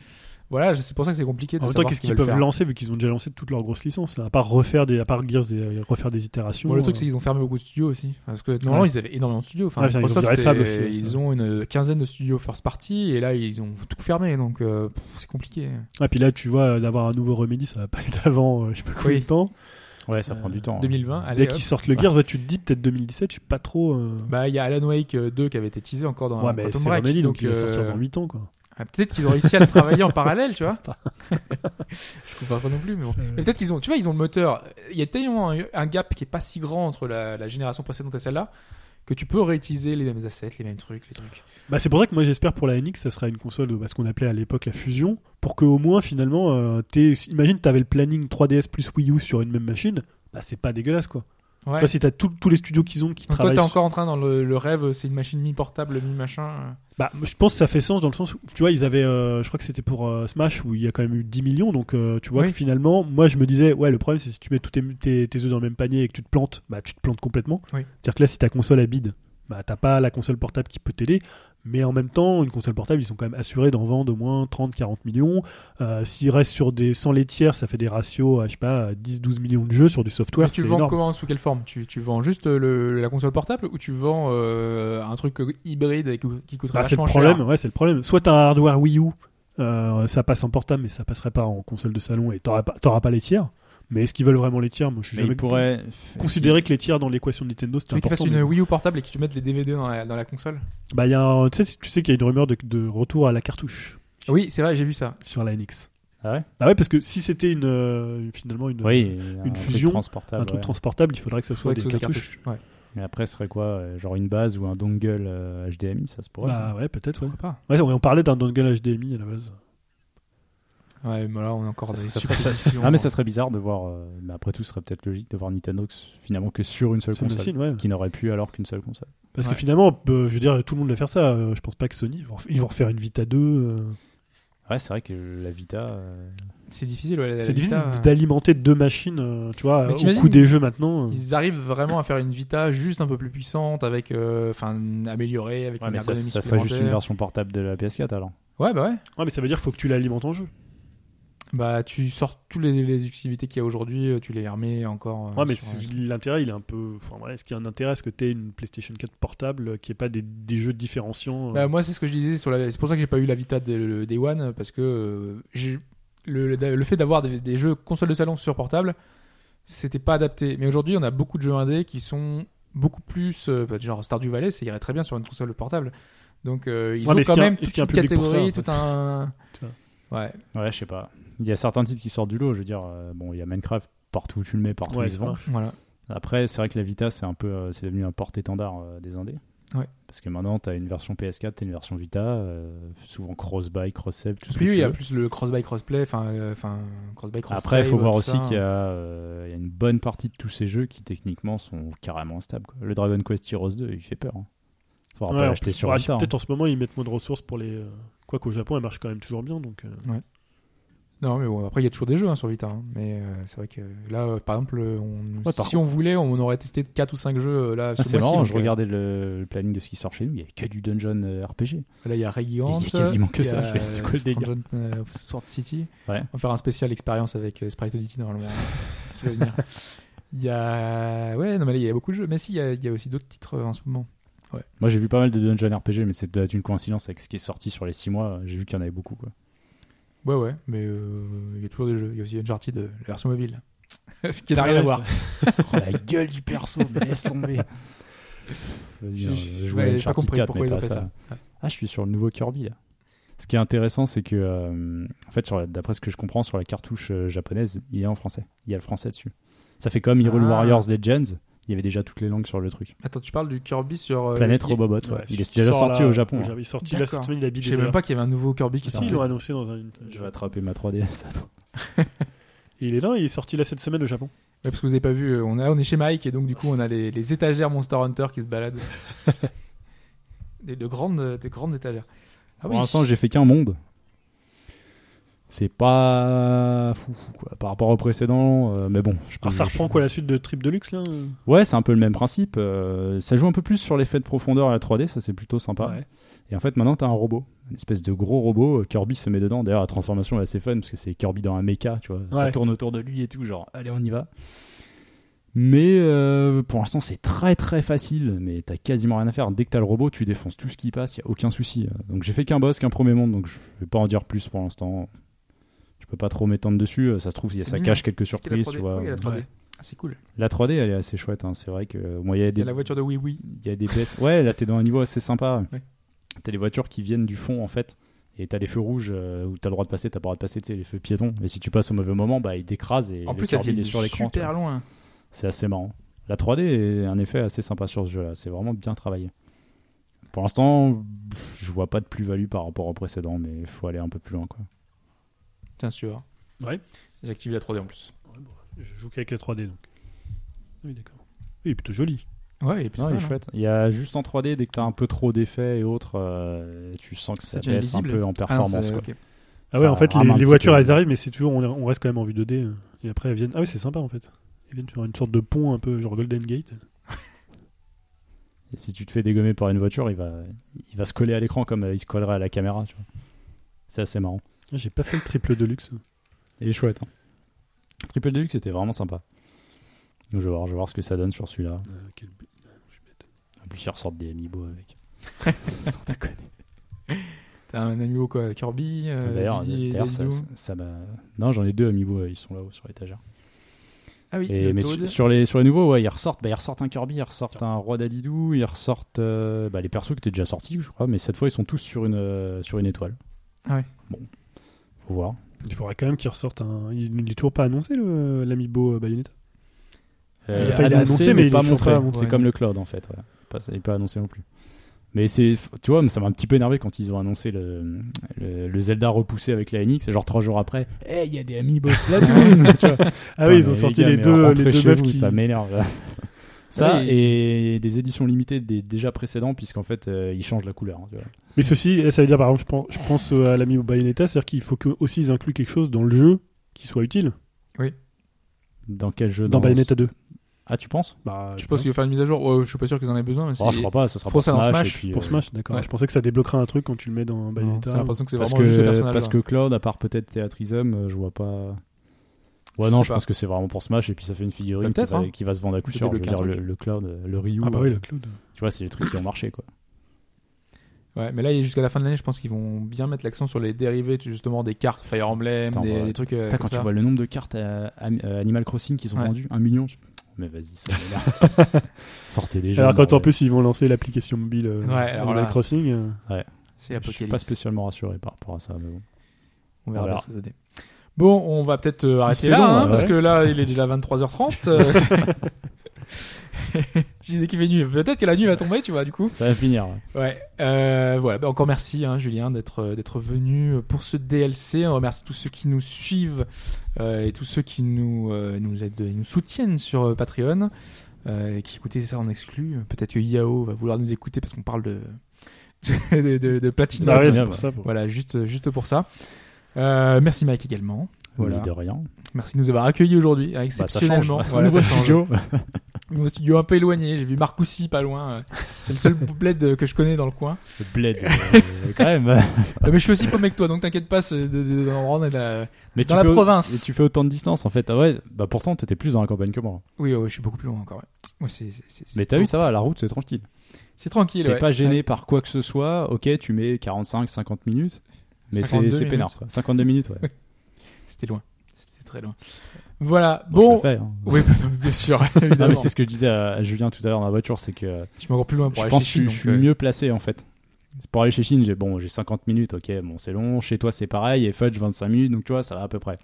[SPEAKER 1] voilà, c'est pour ça que c'est compliqué de
[SPEAKER 3] En même temps,
[SPEAKER 1] savoir
[SPEAKER 3] qu'est-ce
[SPEAKER 1] ce qu'ils
[SPEAKER 3] qu'ils peuvent
[SPEAKER 1] veulent faire.
[SPEAKER 3] lancer vu qu'ils ont déjà lancé toutes leurs grosses licences À part refaire des, à part Gears et euh, refaire des itérations.
[SPEAKER 1] Bon, le truc,
[SPEAKER 3] euh,
[SPEAKER 1] c'est qu'ils ont fermé beaucoup de studios aussi. Parce que normalement,
[SPEAKER 3] Ouais.
[SPEAKER 1] ils avaient énormément de studios. Enfin,
[SPEAKER 3] Ouais, c'est vrai, ils ont
[SPEAKER 1] Microsoft,
[SPEAKER 3] viré
[SPEAKER 1] c'est-
[SPEAKER 3] Fab aussi, ouais,
[SPEAKER 1] ils
[SPEAKER 3] ça.
[SPEAKER 1] ont une quinzaine de studios first party et là, ils ont tout fermé. Donc, euh, pff, c'est compliqué.
[SPEAKER 3] Ah, puis là, tu vois, euh, d'avoir un nouveau Remedy, ça va pas être avant, euh, je sais pas combien
[SPEAKER 1] Oui.
[SPEAKER 3] de temps.
[SPEAKER 2] Ouais, ça prend
[SPEAKER 1] Euh,
[SPEAKER 2] du temps. hein.
[SPEAKER 1] 2020, allez.
[SPEAKER 3] Dès
[SPEAKER 1] hop.
[SPEAKER 3] qu'ils sortent le Gears, ouais, tu te dis peut-être 2017, je sais pas trop. euh,
[SPEAKER 1] Bah, il y a Alan Wake euh, 2 qui avait été teasé encore dans
[SPEAKER 3] ouais,
[SPEAKER 1] Quantum
[SPEAKER 3] mais c'est
[SPEAKER 1] Break,
[SPEAKER 3] Remedy, donc, il va
[SPEAKER 1] euh,
[SPEAKER 3] sortir dans 8 ans, quoi.
[SPEAKER 1] ah, peut-être qu'ils ont réussi à le travailler en parallèle, tu vois.
[SPEAKER 3] pense pas.
[SPEAKER 1] Je comprends ça non plus, mais bon.
[SPEAKER 3] Euh,
[SPEAKER 1] Mais peut-être qu'ils ont, tu vois, ils ont le moteur. Il y a tellement un, un gap qui est pas si grand entre la, la génération précédente et celle-là que tu peux réutiliser les mêmes assets, les mêmes trucs, les trucs.
[SPEAKER 3] Bah, c'est pour ça que moi j'espère pour la NX ça sera une console de bah, ce qu'on appelait à l'époque la fusion pour que au moins finalement euh, t'aies- imagine t'avais le planning 3DS plus Wii U sur une même machine bah c'est pas dégueulasse quoi
[SPEAKER 1] Ouais.
[SPEAKER 3] tu vois si t'as tout- tous les studios qu'ils ont qui
[SPEAKER 1] Donc toi,
[SPEAKER 3] travaillent
[SPEAKER 1] t'es
[SPEAKER 3] sur-
[SPEAKER 1] encore en train dans le, le rêve, euh, c'est une machine mi-portable, mi-machin. euh.
[SPEAKER 3] bah je pense que ça fait sens dans le sens où tu vois ils avaient euh, je crois que c'était pour euh, Smash où il y a quand même eu 10 millions donc euh, tu vois
[SPEAKER 1] Oui.
[SPEAKER 3] que finalement moi je me disais ouais le problème c'est si tu mets tous tes, tes, tes œufs dans le même panier et que tu te plantes bah tu te plantes complètement
[SPEAKER 1] Oui.
[SPEAKER 3] c'est-à-dire que là si ta console à bide bah t'as pas la console portable qui peut t'aider mais en même temps une console portable ils sont quand même assurés d'en vendre au moins 30-40 millions Euh, s'ils restent sur des sans laitière ça fait des ratios à, je sais pas 10-12 millions de jeux sur du
[SPEAKER 1] Mais
[SPEAKER 3] software
[SPEAKER 1] tu
[SPEAKER 3] c'est
[SPEAKER 1] le vends
[SPEAKER 3] énorme
[SPEAKER 1] comment, sous quelle forme tu, tu vends juste euh, le, la console portable ou tu vends euh, un truc hybride et qui- qui coûterait
[SPEAKER 3] Bah, c'est le
[SPEAKER 1] vachement
[SPEAKER 3] problème,
[SPEAKER 1] cher
[SPEAKER 3] ouais, c'est le problème. Soit t'as un hardware Wii U, euh, ça passe en portable, mais ça passerait pas en console de salon et t'auras pas, t'auras pas les tiers. Mais est-ce qu'ils veulent vraiment les tiers Moi, je suis
[SPEAKER 2] Mais
[SPEAKER 3] jamais
[SPEAKER 2] ils pourraient.
[SPEAKER 3] considérer que les tiers dans l'équation de Nintendo
[SPEAKER 1] Tu
[SPEAKER 3] c'était
[SPEAKER 1] veux qu'ils
[SPEAKER 3] important.
[SPEAKER 1] fassent une
[SPEAKER 3] mais-
[SPEAKER 1] Wii U portable et que tu mettes les DVD dans la, dans la console
[SPEAKER 3] Bah, il y a un- tu sais, si- tu sais qu'il y a une rumeur de, de retour à la cartouche
[SPEAKER 1] Oui, c'est vrai, j'ai vu ça.
[SPEAKER 3] sur la NX.
[SPEAKER 2] Ah ouais
[SPEAKER 3] Bah ouais, parce que si c'était une euh, finalement une
[SPEAKER 2] Oui, un truc
[SPEAKER 3] fusion,
[SPEAKER 2] transportable.
[SPEAKER 3] un truc
[SPEAKER 2] ouais.
[SPEAKER 3] transportable, il faudrait que ça soit
[SPEAKER 1] Faudrait que
[SPEAKER 3] des
[SPEAKER 1] ce soit des
[SPEAKER 3] cartouches.
[SPEAKER 1] cartouches. Ouais.
[SPEAKER 2] Mais après, ce serait quoi euh, Genre une base ou un dongle euh, HDMI, ça se pourrait.
[SPEAKER 3] bah ouais, peut-être. Ouais.
[SPEAKER 1] Pourquoi pas
[SPEAKER 3] Ouais, on parlait d'un dongle HDMI à la base.
[SPEAKER 1] Ouais, mais là, on est encore dans
[SPEAKER 2] Ça
[SPEAKER 1] des
[SPEAKER 2] serait-
[SPEAKER 1] suppositions.
[SPEAKER 2] ça. Ah, mais ça serait bizarre de voir. euh, mais après tout, ce serait peut-être logique de voir Nintendo que- finalement que sur une seule
[SPEAKER 3] Sur une
[SPEAKER 2] console.
[SPEAKER 3] machine, ouais.
[SPEAKER 2] Qui n'aurait pu alors qu'une seule console.
[SPEAKER 3] Parce
[SPEAKER 1] Ouais.
[SPEAKER 3] que finalement, euh, je veux dire, tout le monde va faire ça. Euh, Je pense pas que Sony, ils vont ref- ils vont refaire une Vita 2. euh.
[SPEAKER 2] Ouais, c'est vrai que la Vita. euh,
[SPEAKER 1] C'est difficile, ouais, la- la
[SPEAKER 3] C'est difficile
[SPEAKER 1] Vita, euh,
[SPEAKER 3] d'alimenter deux machines, euh, tu vois,
[SPEAKER 1] Mais
[SPEAKER 3] au
[SPEAKER 1] t'imagines-
[SPEAKER 3] coup des jeux maintenant. euh.
[SPEAKER 1] Ils arrivent vraiment à faire une Vita juste un peu plus puissante, avec, euh, enfin, améliorée, avec
[SPEAKER 2] Ouais,
[SPEAKER 1] une
[SPEAKER 2] mais ça,
[SPEAKER 1] ergonomie
[SPEAKER 2] ça serait juste une
[SPEAKER 1] supplémentaire.
[SPEAKER 2] version portable de la PS4 alors.
[SPEAKER 1] Ouais, bah ouais.
[SPEAKER 3] Ouais, mais ça veut dire qu'il faut que tu l'alimentes en jeu.
[SPEAKER 1] Bah, tu sors toutes les, les activités qu'il y a aujourd'hui, euh, tu les remets encore. euh,
[SPEAKER 3] Ouais, mais
[SPEAKER 1] sur-
[SPEAKER 3] c'est- l'intérêt, il est un peu. Enfin, voilà, est-ce qu'il y a un intérêt à ce que tu aies une PlayStation 4 portable euh, qui ait pas des, des jeux différenciants euh,
[SPEAKER 1] Bah, moi, c'est ce que je disais sur la. C'est pour ça que j'ai pas eu la Vita dès le Day One parce que euh, j'ai- le, le- le fait d'avoir des, des jeux console de salon sur portable, c'était pas adapté. Mais aujourd'hui, on a beaucoup de jeux indés qui sont beaucoup plus euh, bah, genre Stardew Valley, ça irait très bien sur une console portable. Donc euh, ils
[SPEAKER 3] Ouais,
[SPEAKER 1] ont
[SPEAKER 3] mais est-ce
[SPEAKER 1] quand
[SPEAKER 3] qu'il y a-
[SPEAKER 1] même
[SPEAKER 3] est-ce
[SPEAKER 1] toute
[SPEAKER 3] qu'il y a
[SPEAKER 1] une
[SPEAKER 3] un public pour ça,
[SPEAKER 1] catégorie,
[SPEAKER 3] en fait
[SPEAKER 1] tout un.
[SPEAKER 3] Tu
[SPEAKER 1] Ouais.
[SPEAKER 2] Ouais, je sais pas. Il y a certains titres qui sortent du lot. Je veux dire, euh, bon, il y a Minecraft partout où tu le mets, partout où
[SPEAKER 3] ouais,
[SPEAKER 2] il se vend.
[SPEAKER 1] Voilà.
[SPEAKER 2] Après, c'est vrai que la Vita, c'est un peu, euh, c'est devenu un porte-étendard euh, des indés.
[SPEAKER 1] Ouais.
[SPEAKER 2] Parce que maintenant, t'as une version PS4, t'as une version Vita, euh, souvent cross-buy, cross-save, tout ce
[SPEAKER 1] Puis
[SPEAKER 2] que
[SPEAKER 1] oui, il
[SPEAKER 2] tu
[SPEAKER 1] y a
[SPEAKER 2] veux.
[SPEAKER 1] plus le cross-buy, cross-play, enfin, euh, enfin, cross-buy, cross
[SPEAKER 2] Après, il faut voir aussi qu'il y, a, euh, il y a une bonne partie de tous ces jeux qui techniquement sont carrément instables. quoi. Le Dragon Quest Heroes 2, il fait peur. Hein. Faudra
[SPEAKER 3] Ouais,
[SPEAKER 2] pas
[SPEAKER 3] en
[SPEAKER 2] l'acheter
[SPEAKER 3] plus,
[SPEAKER 2] sur
[SPEAKER 3] ouais,
[SPEAKER 2] Vita. hein.
[SPEAKER 3] Peut-être en ce moment, ils mettent moins de ressources pour les. euh, Quoi qu'au Japon, elle marche quand même toujours bien. Donc, euh,
[SPEAKER 1] Non, mais bon, après, il y a toujours des jeux hein, sur Vita. hein. Mais euh, c'est vrai que là, euh, par exemple, euh, on-
[SPEAKER 2] Ouais, par
[SPEAKER 1] si on voulait, on aurait testé 4 ou 5 jeux euh, là.
[SPEAKER 2] Ah,
[SPEAKER 1] ce
[SPEAKER 2] c'est
[SPEAKER 1] mois-ci,
[SPEAKER 2] marrant,
[SPEAKER 1] donc,
[SPEAKER 2] je
[SPEAKER 1] euh,
[SPEAKER 2] regardais le, le planning de ce qui sort chez nous, il y avait que du dungeon euh, RPG.
[SPEAKER 1] Là, il y a Ray Hunt,
[SPEAKER 2] Il y a quasiment que
[SPEAKER 1] il y
[SPEAKER 2] ça,
[SPEAKER 1] a,
[SPEAKER 2] je fais, c'est quoi ce
[SPEAKER 1] Strange,
[SPEAKER 2] délire
[SPEAKER 1] euh, Sword City.
[SPEAKER 2] Ouais.
[SPEAKER 1] On va faire un spécial expérience avec euh, Sprite Oddity normalement. euh, qui va venir. Il y a. Ouais, non, mais là, il y a beaucoup de jeux. Mais si, il y a, il y a aussi d'autres titres euh, en ce moment.
[SPEAKER 2] Moi j'ai vu pas mal de dungeon RPG, mais c'est doit être une coïncidence avec ce qui est sorti sur les 6 mois. J'ai vu qu'il y en avait beaucoup. Quoi.
[SPEAKER 1] Ouais, ouais, mais euh, il y a toujours des jeux. Il y a aussi Uncharted, euh, la version mobile. qui n'a rien à voir.
[SPEAKER 2] Oh, la gueule du perso, mais laisse tomber. Vas-y, hein,
[SPEAKER 1] J'ai-
[SPEAKER 2] je
[SPEAKER 1] ouais,
[SPEAKER 2] jouais à
[SPEAKER 1] j'ai pas
[SPEAKER 2] Uncharted
[SPEAKER 1] compris
[SPEAKER 2] 4,
[SPEAKER 1] pourquoi
[SPEAKER 2] mais
[SPEAKER 1] ils ont
[SPEAKER 2] pas
[SPEAKER 1] fait ça. Ouais.
[SPEAKER 2] Ah, je suis sur le nouveau Kirby là. Ce qui est intéressant, c'est que, euh, en fait, sur la- d'après ce que je comprends, sur la cartouche euh, japonaise, il est en français. Il y a le français dessus. Ça fait comme Hyrule
[SPEAKER 1] Ah.
[SPEAKER 2] Warriors Legends. Il y avait déjà toutes les langues sur le truc.
[SPEAKER 1] Attends, tu parles du Kirby sur. euh,
[SPEAKER 2] Planète
[SPEAKER 1] le-
[SPEAKER 2] Robobot, ouais.
[SPEAKER 3] ouais,
[SPEAKER 2] Il est
[SPEAKER 3] il
[SPEAKER 2] déjà
[SPEAKER 3] sort
[SPEAKER 2] sorti
[SPEAKER 3] là-
[SPEAKER 2] au Japon. hein.
[SPEAKER 3] il est sorti la cette
[SPEAKER 1] D'accord.
[SPEAKER 3] semaine, il a
[SPEAKER 1] Je sais même pas qu'il y avait un nouveau Kirby qui
[SPEAKER 2] Si,
[SPEAKER 1] sortait.
[SPEAKER 3] Si, ils l'ont annoncé dans un.
[SPEAKER 2] Je vais attraper ma 3DS. attends.
[SPEAKER 3] Ah Il est là, il est sorti là cette semaine au Japon.
[SPEAKER 2] Ah,
[SPEAKER 1] Ouais, parce que vous avez pas vu, euh, on, a, on est chez Mike et donc du coup on a les, les étagères Monster Hunter qui se baladent. des, de grandes, des grandes étagères. Ah
[SPEAKER 2] Pour
[SPEAKER 1] oui.
[SPEAKER 2] l'instant, j'ai fait qu'un monde. C'est pas fou, fou, quoi, par rapport au précédent, euh, mais bon. Je peux-
[SPEAKER 3] Alors ça
[SPEAKER 2] je-
[SPEAKER 3] reprend quoi la suite de Trip Deluxe là euh
[SPEAKER 2] Ouais, c'est un peu le même principe. euh, ça joue un peu plus sur l'effet de profondeur à la 3D, ça c'est plutôt sympa.
[SPEAKER 3] Ouais.
[SPEAKER 2] Et en fait, maintenant, t'as un robot, une espèce de gros robot. euh, Kirby se met dedans. D'ailleurs, la transformation est assez fun parce que c'est Kirby dans un mecha, tu vois. Ça
[SPEAKER 3] Ouais.
[SPEAKER 2] tourne autour de lui et tout, genre, allez, on y va. Mais euh, pour l'instant, c'est très très facile, mais t'as quasiment rien à faire. Dès que t'as le robot, tu défonces tout ce qui passe, y a aucun souci. Donc, j'ai fait qu'un boss, qu'un premier monde, donc je vais pas en dire plus pour l'instant. Je peux pas trop m'étendre dessus. euh, Ça se trouve, y a-
[SPEAKER 1] C'est
[SPEAKER 2] ça
[SPEAKER 1] mignon.
[SPEAKER 2] cache quelques
[SPEAKER 1] Est-ce qu'il y a
[SPEAKER 2] surprises,
[SPEAKER 1] la 3D
[SPEAKER 2] tu vois.
[SPEAKER 1] Oui, il y a la 3D.
[SPEAKER 3] Ouais.
[SPEAKER 1] Ah, c'est cool.
[SPEAKER 2] La 3D, elle est assez chouette. hein. C'est vrai que euh, bon, il y a
[SPEAKER 1] Il y
[SPEAKER 2] des
[SPEAKER 1] a la voiture de Oui Oui.
[SPEAKER 2] il y a des pièces. Ouais, là, t'es dans un niveau assez sympa.
[SPEAKER 1] Ouais.
[SPEAKER 2] T'as les voitures qui viennent du fond, en fait. Et t'as les feux rouges euh, où t'as le droit de passer, t'as pas le droit de passer, tu sais, les feux piétons. Et si tu passes au mauvais moment, bah, ils t'écrasent et
[SPEAKER 1] En
[SPEAKER 2] le
[SPEAKER 1] plus, elle
[SPEAKER 2] Kirby, il
[SPEAKER 1] vient
[SPEAKER 2] est sur l'écran. tu
[SPEAKER 1] super
[SPEAKER 2] vois.
[SPEAKER 1] loin.
[SPEAKER 2] C'est assez marrant. La 3D est un effet assez sympa sur ce jeu-là. C'est vraiment bien travaillé. Pour l'instant, je vois pas de plus-value par rapport au précédent, mais il faut aller un peu plus loin. Quoi.
[SPEAKER 1] Tiens, sûr.
[SPEAKER 3] Ouais.
[SPEAKER 1] J'active la 3D en plus.
[SPEAKER 3] Je joue qu'avec la 3D donc.
[SPEAKER 2] Ah
[SPEAKER 3] Oui d'accord. Oui plutôt joli.
[SPEAKER 1] Ouais, et puis
[SPEAKER 2] Non, il est chouette. Il y a juste en 3D, dès que t'as un peu trop d'effets et autres, euh, tu sens que ça
[SPEAKER 1] devient
[SPEAKER 2] baisse un
[SPEAKER 1] illisible.
[SPEAKER 2] peu
[SPEAKER 1] Ah
[SPEAKER 2] en
[SPEAKER 1] non,
[SPEAKER 2] performance.
[SPEAKER 1] c'est-
[SPEAKER 2] quoi.
[SPEAKER 1] ok.
[SPEAKER 3] Ah
[SPEAKER 2] Ça
[SPEAKER 3] ouais en fait
[SPEAKER 2] rame un
[SPEAKER 3] les, les
[SPEAKER 2] petit
[SPEAKER 3] voitures
[SPEAKER 2] peu.
[SPEAKER 3] elles arrivent mais c'est toujours on, on reste quand même en vue 2D. euh. Et après elles viennent. Ah oui c'est sympa en fait. Elles viennent sur une sorte de pont un peu genre Golden Gate.
[SPEAKER 2] Et si tu te fais dégommer par une voiture, il va, il va se coller à l'écran comme euh, il se collerait à la caméra. tu vois. C'est assez marrant.
[SPEAKER 3] Ah, J'ai pas fait le triple Deluxe.
[SPEAKER 2] Il est
[SPEAKER 1] hein.
[SPEAKER 2] chouette. Triple Deluxe était vraiment sympa. Donc, je vais voir, je vais voir ce que ça donne sur celui-là.
[SPEAKER 3] Euh, quel b- je suis bête.
[SPEAKER 2] En plus, ils ressortent des amiibo avec. Sans déconner.
[SPEAKER 1] T'as un amiibo quoi, Kirby, euh,
[SPEAKER 2] D'ailleurs,
[SPEAKER 1] Didi-
[SPEAKER 2] d'ailleurs,
[SPEAKER 1] Diddy
[SPEAKER 2] ça,
[SPEAKER 1] Doo.
[SPEAKER 2] ça- ça m'a. Non, j'en ai deux amiibo, euh, ils sont là-haut sur l'étagère.
[SPEAKER 1] Ah oui,
[SPEAKER 2] Et-
[SPEAKER 1] le
[SPEAKER 2] mais
[SPEAKER 1] Toad.
[SPEAKER 2] su- sur les, sur les nouveaux, ouais, ils ressortent, bah, ils ressortent un Kirby, ils ressortent un Roi d'Adidou, ils ressortent euh, bah, les persos qui étaient déjà sortis, je crois, mais cette fois ils sont tous sur une, euh, sur une étoile.
[SPEAKER 1] Ah ouais.
[SPEAKER 2] Bon, faut voir.
[SPEAKER 3] Il faudrait quand même qu'il ressorte un. Il il est toujours pas annoncé le- l'amiibo euh, Bayonetta.
[SPEAKER 2] Euh,
[SPEAKER 1] Enfin, il est
[SPEAKER 2] annoncé,
[SPEAKER 3] annoncé, mais
[SPEAKER 2] mais,
[SPEAKER 3] il est
[SPEAKER 2] pas
[SPEAKER 3] toujours
[SPEAKER 2] montré.
[SPEAKER 3] pas
[SPEAKER 1] annoncé.
[SPEAKER 2] C'est comme le cloud en fait. ouais. Pas, il n'est pas annoncé non plus. Mais c'est, tu vois, ça m'a un petit peu énervé quand ils ont annoncé le, le, le Zelda repoussé avec la NX. Et genre trois jours après, Eh, il y a des Amiibo Splatoon. Tu vois.
[SPEAKER 3] Ah
[SPEAKER 2] Putain,
[SPEAKER 3] oui ils ont
[SPEAKER 2] mais
[SPEAKER 3] sorti
[SPEAKER 2] gars,
[SPEAKER 3] les
[SPEAKER 2] mais
[SPEAKER 3] deux
[SPEAKER 2] rentrez
[SPEAKER 3] les deux
[SPEAKER 2] chez
[SPEAKER 3] meufs
[SPEAKER 2] vous,
[SPEAKER 3] qui.
[SPEAKER 2] ça m'énerve. ça
[SPEAKER 1] Oui.
[SPEAKER 2] et des éditions limitées des déjà précédents puisqu'en fait euh, ils changent la couleur. hein, tu vois.
[SPEAKER 3] Mais ceci, eh, ça veut dire par exemple, je pense, je pense euh, à l'ami Bayonetta, c'est-à-dire qu'il faut que, aussi ils incluent quelque chose dans le jeu qui soit utile.
[SPEAKER 2] Dans quel jeu
[SPEAKER 3] Dans Bayonetta 2.
[SPEAKER 2] Ah, tu penses
[SPEAKER 3] Bah,
[SPEAKER 1] Je pense qu'il va faire une mise à jour. Oh, je suis pas sûr qu'ils en aient besoin. Mais
[SPEAKER 2] oh,
[SPEAKER 1] c'est-
[SPEAKER 2] Je crois pas. Ça sera
[SPEAKER 1] Faut
[SPEAKER 2] pour
[SPEAKER 1] ça dans
[SPEAKER 2] Smash.
[SPEAKER 1] Smash,
[SPEAKER 2] et puis,
[SPEAKER 3] Pour
[SPEAKER 2] euh,
[SPEAKER 3] Smash, d'accord.
[SPEAKER 1] ouais.
[SPEAKER 3] Je pensais que ça débloquerait un truc quand tu le mets dans
[SPEAKER 1] Non,
[SPEAKER 3] Bayonetta.
[SPEAKER 1] J'ai l'impression que c'est
[SPEAKER 2] Parce
[SPEAKER 1] vraiment juste le
[SPEAKER 2] que,
[SPEAKER 1] personnage. hein.
[SPEAKER 2] parce que
[SPEAKER 1] là.
[SPEAKER 2] Cloud, à part peut-être Théatrisum, euh, je vois pas. Ouais,
[SPEAKER 1] Je
[SPEAKER 2] non,
[SPEAKER 1] sais
[SPEAKER 2] je
[SPEAKER 1] pas.
[SPEAKER 2] pense que c'est vraiment pour Smash et puis ça fait une figurine
[SPEAKER 1] Bah,
[SPEAKER 2] qui
[SPEAKER 1] peut-être,
[SPEAKER 2] va,
[SPEAKER 1] hein.
[SPEAKER 2] qui va se vendre à coup
[SPEAKER 1] Peut-être
[SPEAKER 2] sûr. Je veux
[SPEAKER 1] débloquer un
[SPEAKER 2] dire, le,
[SPEAKER 1] truc.
[SPEAKER 2] le Cloud, euh, le Ryu,
[SPEAKER 3] Ah bah oui,
[SPEAKER 2] euh,
[SPEAKER 3] le cloud.
[SPEAKER 2] tu vois, c'est les trucs qui ont marché quoi.
[SPEAKER 1] Ouais, mais là, jusqu'à la fin de l'année, je pense qu'ils vont bien mettre l'accent sur les dérivés, tu- justement, des cartes Fire Emblem,
[SPEAKER 2] Attends,
[SPEAKER 1] des,
[SPEAKER 2] bah,
[SPEAKER 1] des trucs. euh,
[SPEAKER 2] Putain,
[SPEAKER 1] comme
[SPEAKER 2] quand tu
[SPEAKER 1] ça.
[SPEAKER 2] vois le nombre de cartes euh, Am- euh, Animal Crossing qui sont
[SPEAKER 1] Ouais.
[SPEAKER 2] vendues, un million, tu- mais vas-y, ça m'énerve. Sortez les euh, jeux.
[SPEAKER 3] Alors quand en
[SPEAKER 2] bordel.
[SPEAKER 3] plus ils vont lancer l'application mobile euh,
[SPEAKER 1] Ouais, alors
[SPEAKER 3] Animal
[SPEAKER 1] là,
[SPEAKER 3] Crossing, euh,
[SPEAKER 1] C'est
[SPEAKER 2] Je suis pas
[SPEAKER 1] l'apocalypse.
[SPEAKER 2] spécialement rassuré par rapport à ça. mais bon.
[SPEAKER 1] On verra
[SPEAKER 2] Voilà.
[SPEAKER 1] bien ce que ça donne. Bon, on va peut-être euh,
[SPEAKER 2] fait
[SPEAKER 1] arrêter là,
[SPEAKER 2] long,
[SPEAKER 1] hein,
[SPEAKER 2] ouais.
[SPEAKER 1] parce que là, il est déjà 23h30. euh. je disais qu'il fait nuit. Peut-être que la nuit va tomber, tu vois, du coup.
[SPEAKER 2] Ça va finir. hein. ouais.
[SPEAKER 1] Ouais, euh, voilà. Bah, encore merci, hein, Julien, d'être euh, d'être venu euh, pour ce DLC. On remercie tous ceux qui nous suivent euh, et tous ceux qui nous euh, nous aident, et nous soutiennent sur euh, Patreon, euh, et qui écoutaient ça en exclu. Peut-être que Yao va vouloir nous écouter parce qu'on parle de de, de, de Platinum.
[SPEAKER 3] bah ouais,
[SPEAKER 2] Platinum,
[SPEAKER 3] c'est pour
[SPEAKER 2] ouais.
[SPEAKER 3] ça. pour-
[SPEAKER 1] Voilà, juste juste pour ça. Euh, merci Mike également. Voilà.
[SPEAKER 2] Mais De rien.
[SPEAKER 1] Merci de nous avoir accueillis aujourd'hui, hein,
[SPEAKER 2] Bah, ça change.
[SPEAKER 1] exceptionnellement.
[SPEAKER 2] Un
[SPEAKER 1] Voilà,
[SPEAKER 2] Nouveau
[SPEAKER 1] ça change.
[SPEAKER 2] studio.
[SPEAKER 1] Nouveau studio un peu éloigné. J'ai vu Marcoussi pas loin. euh, C'est le seul bled euh, que je connais dans le coin.
[SPEAKER 2] Le Bled. euh, quand même.
[SPEAKER 1] Euh, mais je suis aussi paumé que toi, donc t'inquiète pas, c'est de, de, de- on est là.
[SPEAKER 2] Mais
[SPEAKER 1] Dans
[SPEAKER 2] tu
[SPEAKER 1] la
[SPEAKER 2] fais-
[SPEAKER 1] province.
[SPEAKER 2] Et tu fais autant de distance en fait. Ah ouais, bah pourtant t'étais plus dans la campagne que moi.
[SPEAKER 1] Oui, ouais, je suis beaucoup plus loin encore. ouais. Ouais, c'est- c'est- c'est-
[SPEAKER 2] Mais
[SPEAKER 1] c'est
[SPEAKER 2] t'as
[SPEAKER 1] beau.
[SPEAKER 2] vu, ça va, la route c'est tranquille.
[SPEAKER 1] C'est tranquille.
[SPEAKER 2] T'es
[SPEAKER 1] ouais.
[SPEAKER 2] pas gêné par quoi que ce soit. Ok, tu mets 45, 50 minutes. Mais c'est
[SPEAKER 1] 52
[SPEAKER 2] c'est peinard
[SPEAKER 1] minutes.
[SPEAKER 2] quoi. 52 minutes, ouais.
[SPEAKER 1] Ouais, C'était loin. C'était très loin. Voilà.
[SPEAKER 2] Moi,
[SPEAKER 1] Bon.
[SPEAKER 2] je le fais, hein.
[SPEAKER 1] oui, bah, bien sûr.
[SPEAKER 2] Non,
[SPEAKER 1] évidemment.
[SPEAKER 2] mais c'est ce que je disais à Julien tout à l'heure dans la voiture, c'est que
[SPEAKER 1] Je suis encore plus loin pour
[SPEAKER 2] je
[SPEAKER 1] aller
[SPEAKER 2] pense que
[SPEAKER 1] chez Chine,
[SPEAKER 2] je, je
[SPEAKER 1] donc,
[SPEAKER 2] suis
[SPEAKER 1] euh,
[SPEAKER 2] mieux placé en fait. C'est Pour aller chez Chine, j'ai bon, j'ai 50 minutes, ok, bon, c'est long. Chez toi, c'est pareil, et Fudge, 25 minutes, donc tu vois, ça va à peu près.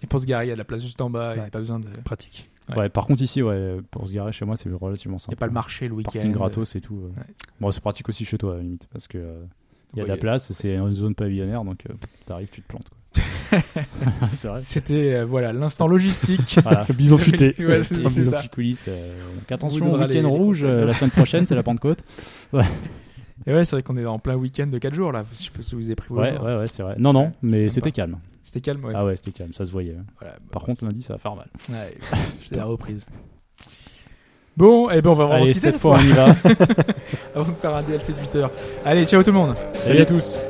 [SPEAKER 1] Et pour se garer, il y a de la place juste en bas. Il n'y a pas besoin de. Il
[SPEAKER 3] Pratique.
[SPEAKER 1] Ouais.
[SPEAKER 2] Ouais. par contre, ici, ouais, pour se garer chez moi, c'est relativement simple.
[SPEAKER 1] n'y a pas le marché le week-end.
[SPEAKER 2] Parking gratos et tout. ouais.
[SPEAKER 1] Ouais.
[SPEAKER 2] Bon, c'est pratique aussi chez toi, à la limite, parce que euh, il y a
[SPEAKER 1] Ouais,
[SPEAKER 2] de la place, c'est une zone pavillonnaire, donc euh, t'arrives, tu te plantes. quoi. c'est vrai.
[SPEAKER 1] C'était euh, voilà l'instant logistique.
[SPEAKER 2] Voilà.
[SPEAKER 3] Le bison futé.
[SPEAKER 1] Ouais, c'est-
[SPEAKER 2] Des
[SPEAKER 1] c'est ça.
[SPEAKER 2] petites coulisses. euh, donc
[SPEAKER 1] On vous
[SPEAKER 2] attention,
[SPEAKER 1] donnera les-
[SPEAKER 2] week-end
[SPEAKER 1] les
[SPEAKER 2] rouge, euh,
[SPEAKER 1] conseils.
[SPEAKER 2] la semaine prochaine, c'est la Pentecôte.
[SPEAKER 1] Et ouais, c'est vrai qu'on est en plein week-end de 4 jours là. Je sais pas si vous avez pris vos
[SPEAKER 2] Ouais,
[SPEAKER 1] jours.
[SPEAKER 2] ouais, ouais, c'est vrai. Non, non, mais
[SPEAKER 1] même
[SPEAKER 2] c'était
[SPEAKER 1] pas.
[SPEAKER 2] calme.
[SPEAKER 1] C'était calme, ouais.
[SPEAKER 2] Ah ouais, c'était calme, ça se voyait.
[SPEAKER 1] Voilà.
[SPEAKER 2] Par contre, lundi, ça va faire mal.
[SPEAKER 1] Ouais, c'était la reprise. Bon, et ben on va vraiment
[SPEAKER 2] Allez,
[SPEAKER 1] se quitter
[SPEAKER 2] cette fois, on y va.
[SPEAKER 1] avant de faire un DLC de 8 heures. Allez, ciao tout le monde.
[SPEAKER 2] Salut à tous.